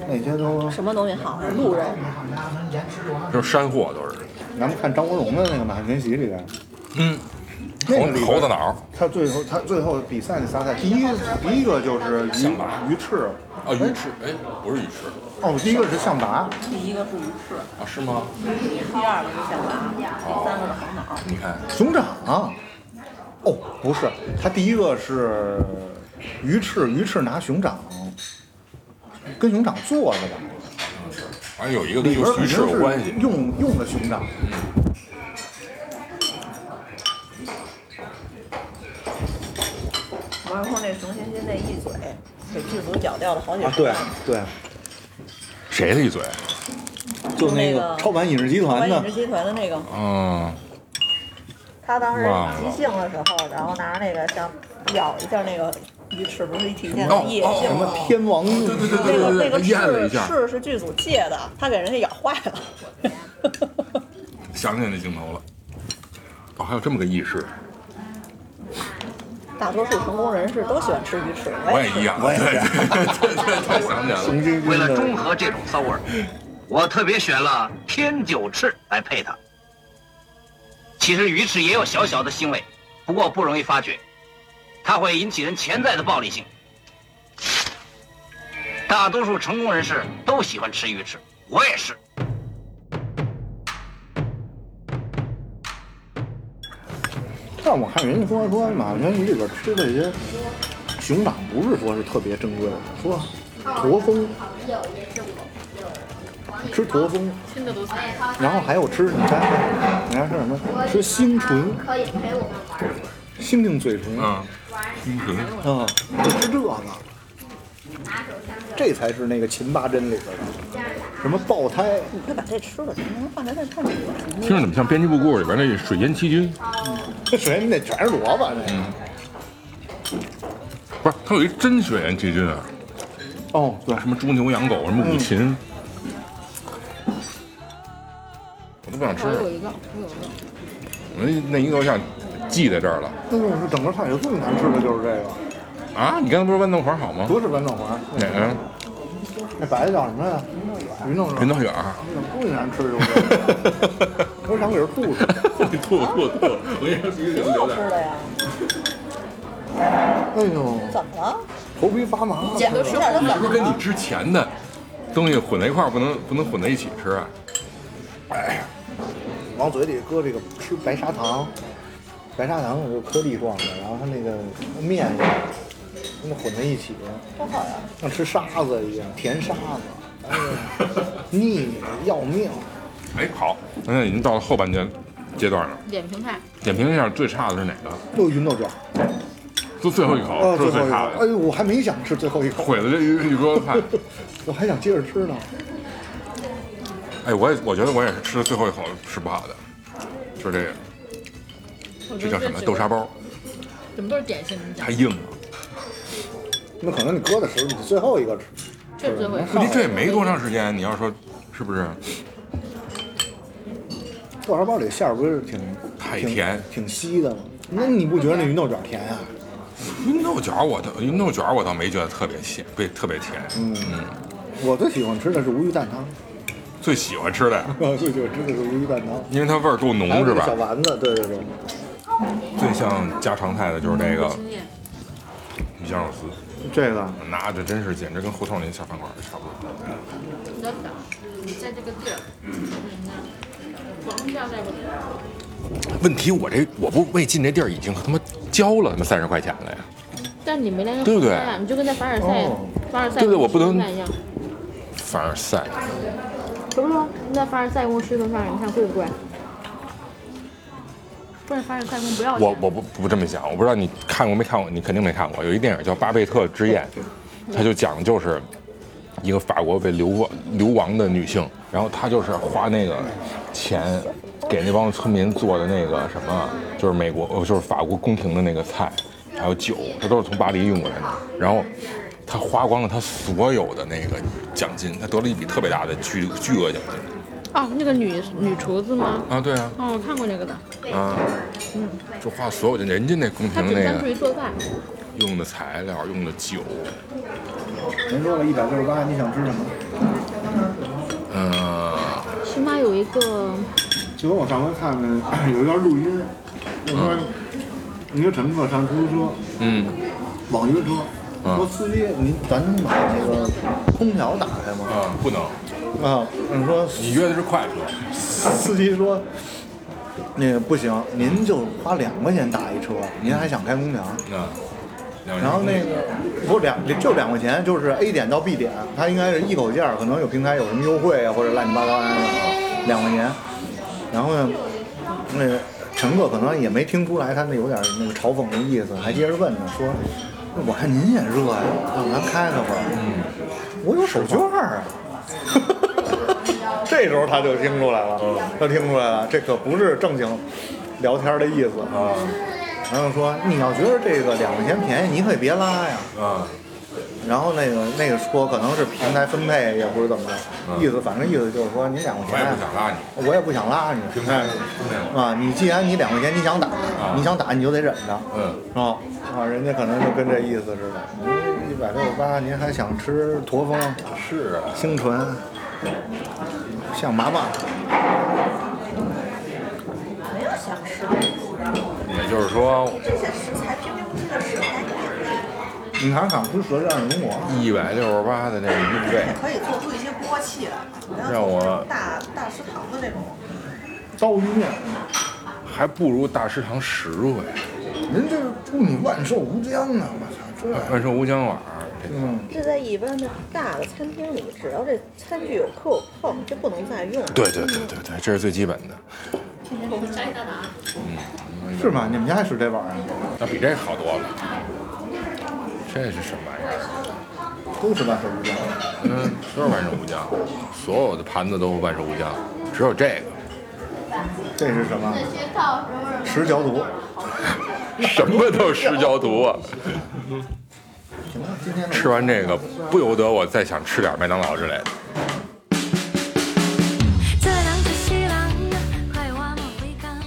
Speaker 8: 那些都
Speaker 9: 什么东西好，鹿肉，
Speaker 3: 就是山货都是，
Speaker 8: 咱们看张国荣的那个《马群席》里边，
Speaker 3: 嗯，
Speaker 8: 那个
Speaker 3: 猴
Speaker 8: 里边
Speaker 3: 猴子脑，
Speaker 8: 他最后他最后比赛那仨菜，第一第一个就是鱼鱼翅，
Speaker 3: 啊，鱼翅，哎，不是鱼翅，
Speaker 8: 哦，第一个是象拔，
Speaker 9: 第一个是鱼翅，
Speaker 3: 啊，是吗？
Speaker 9: 第二个是象拔，第三个是红脑，
Speaker 3: 你看，
Speaker 8: 熊掌，哦，不是，他第一个是鱼翅，鱼翅拿熊掌，跟熊掌做的吧，
Speaker 3: 反正有一个跟
Speaker 8: 里边
Speaker 3: 鱼翅
Speaker 8: 肯定
Speaker 3: 有
Speaker 8: 是
Speaker 3: 关系，
Speaker 8: 用用的熊掌，
Speaker 9: 王世充那熊欣欣那一嘴，给剧组搅掉了好几
Speaker 8: 啊
Speaker 9: 十
Speaker 8: 对
Speaker 9: 万。
Speaker 8: 对，
Speaker 3: 谁的一嘴？
Speaker 8: 就
Speaker 9: 那
Speaker 8: 那
Speaker 9: 个
Speaker 8: 个超凡影视集团
Speaker 9: 关
Speaker 8: 的
Speaker 9: 影视，集团的那个，
Speaker 3: 嗯，
Speaker 9: 他当时
Speaker 3: 忘了
Speaker 9: 即兴的时候，然后拿那个想咬一下那个鱼翅，不是体
Speaker 3: 嗯
Speaker 9: 现
Speaker 8: 哦
Speaker 9: 野
Speaker 8: 哦
Speaker 9: 性
Speaker 8: 什
Speaker 9: 吗
Speaker 8: 么？天王怒对对
Speaker 9: 那个那个
Speaker 3: 咽了一
Speaker 9: 翅
Speaker 3: 下
Speaker 9: 翅是剧组借的，他给人家咬坏了。
Speaker 3: 想起来那镜头了。哦，还有这么个意识，
Speaker 9: 大多数成功人士都喜欢吃鱼翅，
Speaker 3: 我
Speaker 5: 哎
Speaker 3: 也
Speaker 9: 也
Speaker 3: 一样，
Speaker 9: 我
Speaker 3: 对
Speaker 9: 也
Speaker 3: 对对对对，想起来了。
Speaker 23: 为了中和这种骚味儿，我特别选了天九翅来配它。其实鱼翅也有小小的腥味，不过不容易发觉，它会引起人潜在的暴力性。大多数成功人士都喜欢吃鱼翅，我也是。
Speaker 8: 但我看人家说说马群席里边吃的这些熊掌不是说是特别珍贵的，说驼峰吃驼峰，
Speaker 4: 新的都菜。
Speaker 8: 然后还有吃你看，你看是什么？吃星唇，猩猩嘴唇，
Speaker 3: 嗯，清纯，
Speaker 8: 嗯，就吃这个。这才是那个秦八珍里边的，什么爆胎，
Speaker 5: 你快把这吃了，怎么能放在那儿太恶心
Speaker 3: 听着怎么像编辑部故事里边那水淹七军？
Speaker 8: 水淹那全是萝卜那个。
Speaker 3: 不是，它有一真水淹七军啊。
Speaker 8: 哦，对，
Speaker 3: 什么猪牛羊狗，什么五禽，我都不想吃
Speaker 4: 我
Speaker 3: 了。
Speaker 4: 有一个，我有一个。
Speaker 3: 我那那一个我想记在这儿了
Speaker 8: 那我说整个菜就最难吃的就是这个，
Speaker 3: 啊！你刚才不是豌豆黄好吗？哎
Speaker 8: 不是豌豆黄，
Speaker 3: 哪个？
Speaker 8: 那白的叫什么呀？云弄
Speaker 3: 云
Speaker 8: 软，
Speaker 3: 哎道远啊儿。
Speaker 8: 最难吃就是这个。 我想给人吐出 去。
Speaker 3: 吐吐吐！我跟你说，必须得留点。
Speaker 8: 哎呦，
Speaker 5: 怎么了？
Speaker 8: 头皮发麻
Speaker 5: 你捡都吃点儿
Speaker 3: 你是不是跟你之前的东西混在一块儿，不能不能混在一起吃啊？
Speaker 8: 往嘴里搁这个吃白砂糖，白砂糖有颗粒状的，然后它那个面也跟它混在一起，
Speaker 5: 多好呀！
Speaker 8: 像吃沙子一样，甜沙子，哎呀，腻要命。
Speaker 3: 哎，好，现在已经到了后半阶阶段了，
Speaker 20: 点评派，
Speaker 3: 点评一下最差的是哪个？
Speaker 8: 又云豆角，
Speaker 3: 就最后一口，
Speaker 8: 啊，
Speaker 3: 这
Speaker 8: 最
Speaker 3: 是
Speaker 8: 后
Speaker 3: 最
Speaker 8: 一
Speaker 3: 差的，
Speaker 8: 口，哎呦，我还没想吃最后一口，
Speaker 3: 毁了这一一桌饭。
Speaker 8: 我还想接着吃呢。
Speaker 3: 哎，我也我觉得我也是吃的最后一口是不好的，就是这个，这叫什么豆沙哎包，
Speaker 20: 怎么都是点心？
Speaker 3: 太硬了。
Speaker 8: 那可能你搁的时候，你最后一个吃，
Speaker 20: 这是最后一
Speaker 3: 问题这也
Speaker 20: 个。
Speaker 3: 没多长时间，你要说是不是？
Speaker 8: 豆沙包里馅儿不是挺
Speaker 3: 太
Speaker 8: 挺
Speaker 3: 甜
Speaker 8: 挺稀的吗？那你不觉得那云豆角甜啊？
Speaker 3: 云豆角我倒云豆角我倒没觉得特别咸，不特别甜。嗯，
Speaker 8: 我最喜欢吃的是无鱼蛋汤，
Speaker 3: 最喜欢吃的，
Speaker 8: 我最喜欢吃的是无鱼蛋汤，
Speaker 3: 因为它味儿够浓
Speaker 8: 还有
Speaker 3: 是
Speaker 8: 那个
Speaker 3: 吧
Speaker 8: 小？丸子，对对对。
Speaker 3: 最像家常菜的就是这个鱼香肉丝，
Speaker 8: 这个
Speaker 3: 那这真是简直跟胡同里的小饭馆儿差不多。
Speaker 20: 你等等，你在这个地儿，嗯黄酱在不？
Speaker 3: 问题我这我不为进这地儿已经他妈交了他妈三十块钱了呀！
Speaker 20: 但你没来个
Speaker 3: 对不对
Speaker 20: 红菜啊你就跟在凡尔赛
Speaker 3: 哦，
Speaker 20: 凡尔赛
Speaker 3: 对对我不能
Speaker 20: 宫吃饭一样，
Speaker 3: 凡尔赛，
Speaker 20: 不是说你在凡尔赛宫吃顿饭，你看贵不贵？不是凡尔赛宫不要钱
Speaker 3: 我我不不这么想，我不知道你看过没看过，你肯定没看过。有一电影叫《巴贝特之宴》，它就讲的就是一个法国被流亡流亡的女性，然后她就是花那个钱给那帮村民做的那个什么，就是美国呃就是法国宫廷的那个菜，还有酒，这都是从巴黎运过来的。然后她花光了她所有的那个奖金，她得了一笔特别大的巨巨额奖金
Speaker 20: 哦，那个女女厨子吗？
Speaker 3: 啊！对啊，
Speaker 20: 哦，我看过那个的，
Speaker 3: 啊，
Speaker 20: 嗯，
Speaker 3: 就花所有的人家那宫
Speaker 20: 她
Speaker 3: 廷
Speaker 20: 只
Speaker 3: 嗯那
Speaker 20: 专
Speaker 3: 个
Speaker 20: 注于做饭。
Speaker 3: 用的材料、用的酒。
Speaker 8: 您说了一百六十八，你想吃什么？
Speaker 3: 嗯，
Speaker 20: 辛巴有一个，
Speaker 8: 就跟我上回看的 有一段录音，我说你说什么车上出租车，
Speaker 3: 嗯，
Speaker 8: 网约车，
Speaker 3: 嗯
Speaker 8: 说司机您咱能把那个空调打开吗？
Speaker 3: 啊，不能。
Speaker 8: 啊，你说
Speaker 3: 你约的是快车，
Speaker 8: 司机说那个不行，您就花两块钱打一车，您还想开空调？
Speaker 3: 啊，两人
Speaker 8: 然后那个不两就两块钱，就是 A 点到 B 点，它应该是一口价，可能有平台有什么优惠啊，或者乱七八糟的，两块钱。然后呢，那个乘客可能也没听出来他那有点那个嘲讽的意思，还接着问呢，说那我看您也热呀、要不咱开开会儿？我有手绢儿啊。 这时候他就听出来了，他听出来了，这可不是正经聊天的意思啊。
Speaker 3: 呃
Speaker 8: 然后说你要觉得这个两块钱便宜，你可以别拉呀。
Speaker 3: 啊，
Speaker 8: 然后那个那个说可能是平台分配，也不是怎么着，意思反正意思就是说你两块
Speaker 3: 我也
Speaker 8: 钱
Speaker 3: 不，想拉你。
Speaker 8: 嗯我也不想拉你，平台啊，你既然你两块钱你想打，你想打你就得忍着，
Speaker 3: 嗯，
Speaker 8: 啊啊，人家可能就跟这意思似的，哎您一百六十八，您还想吃驼峰？
Speaker 3: 是啊，
Speaker 8: 清纯，像麻棒，
Speaker 5: 没有想吃
Speaker 3: 也就是说
Speaker 5: 这些食材平平无奇的食材，
Speaker 8: 你还想吃舌战中国？
Speaker 3: 一百六十八的那个运费，
Speaker 5: 可以做出一些锅气来，不要
Speaker 3: 让我
Speaker 5: 大大食堂的那种。
Speaker 8: 刀鱼面，
Speaker 3: 还不如大食堂实惠。
Speaker 8: 您这是祝你万寿无疆啊！我操，这
Speaker 3: 万寿无疆碗儿，这
Speaker 8: 嗯，
Speaker 5: 这在一般的大的餐厅里，只要这餐具有磕有碰，就不能再用了。
Speaker 3: 对对对对对，这是最基本的。
Speaker 20: 我们摘到哪？
Speaker 8: 是吗？你们家还啊使这玩意儿？
Speaker 3: 那比这好多了。这是什么玩意儿？
Speaker 8: 都是万寿无疆。
Speaker 3: 嗯，都是万寿无疆，所有的盘子都是万寿无疆，只有这
Speaker 8: 这是什么？石角毒。
Speaker 3: 个什么都是石胶毒啊！吃完这个，不由得我再想吃点麦当劳之类的。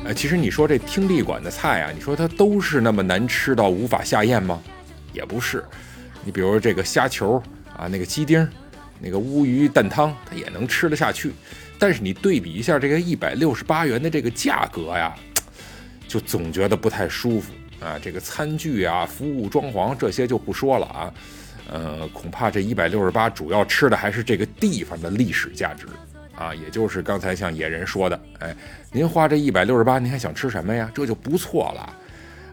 Speaker 3: 哎，其实你说这听力馆的菜啊，你说它都是那么难吃到无法下咽吗？也不是。你比如说这个虾球啊，那个鸡丁，那个乌鱼蛋汤，它也能吃得下去。但是你对比一下这个一百六十八元的这个价格呀，就总觉得不太舒服啊。这个餐具啊、服务、装潢这些就不说了啊。呃，恐怕这一百六十八主要吃的还是这个地方的历史价值啊，也就是刚才像野人说的，哎，您花这一百六十八，您还想吃什么呀？这就不错了。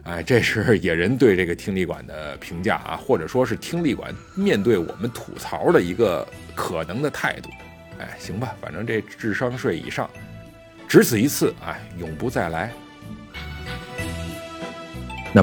Speaker 3: 哎，这是野人对这个听力馆的评价啊，或者说是听力馆面对我们吐槽的一个可能的态度。哎，行吧，反正这智商税以上，只此一次，哎，永不再来。那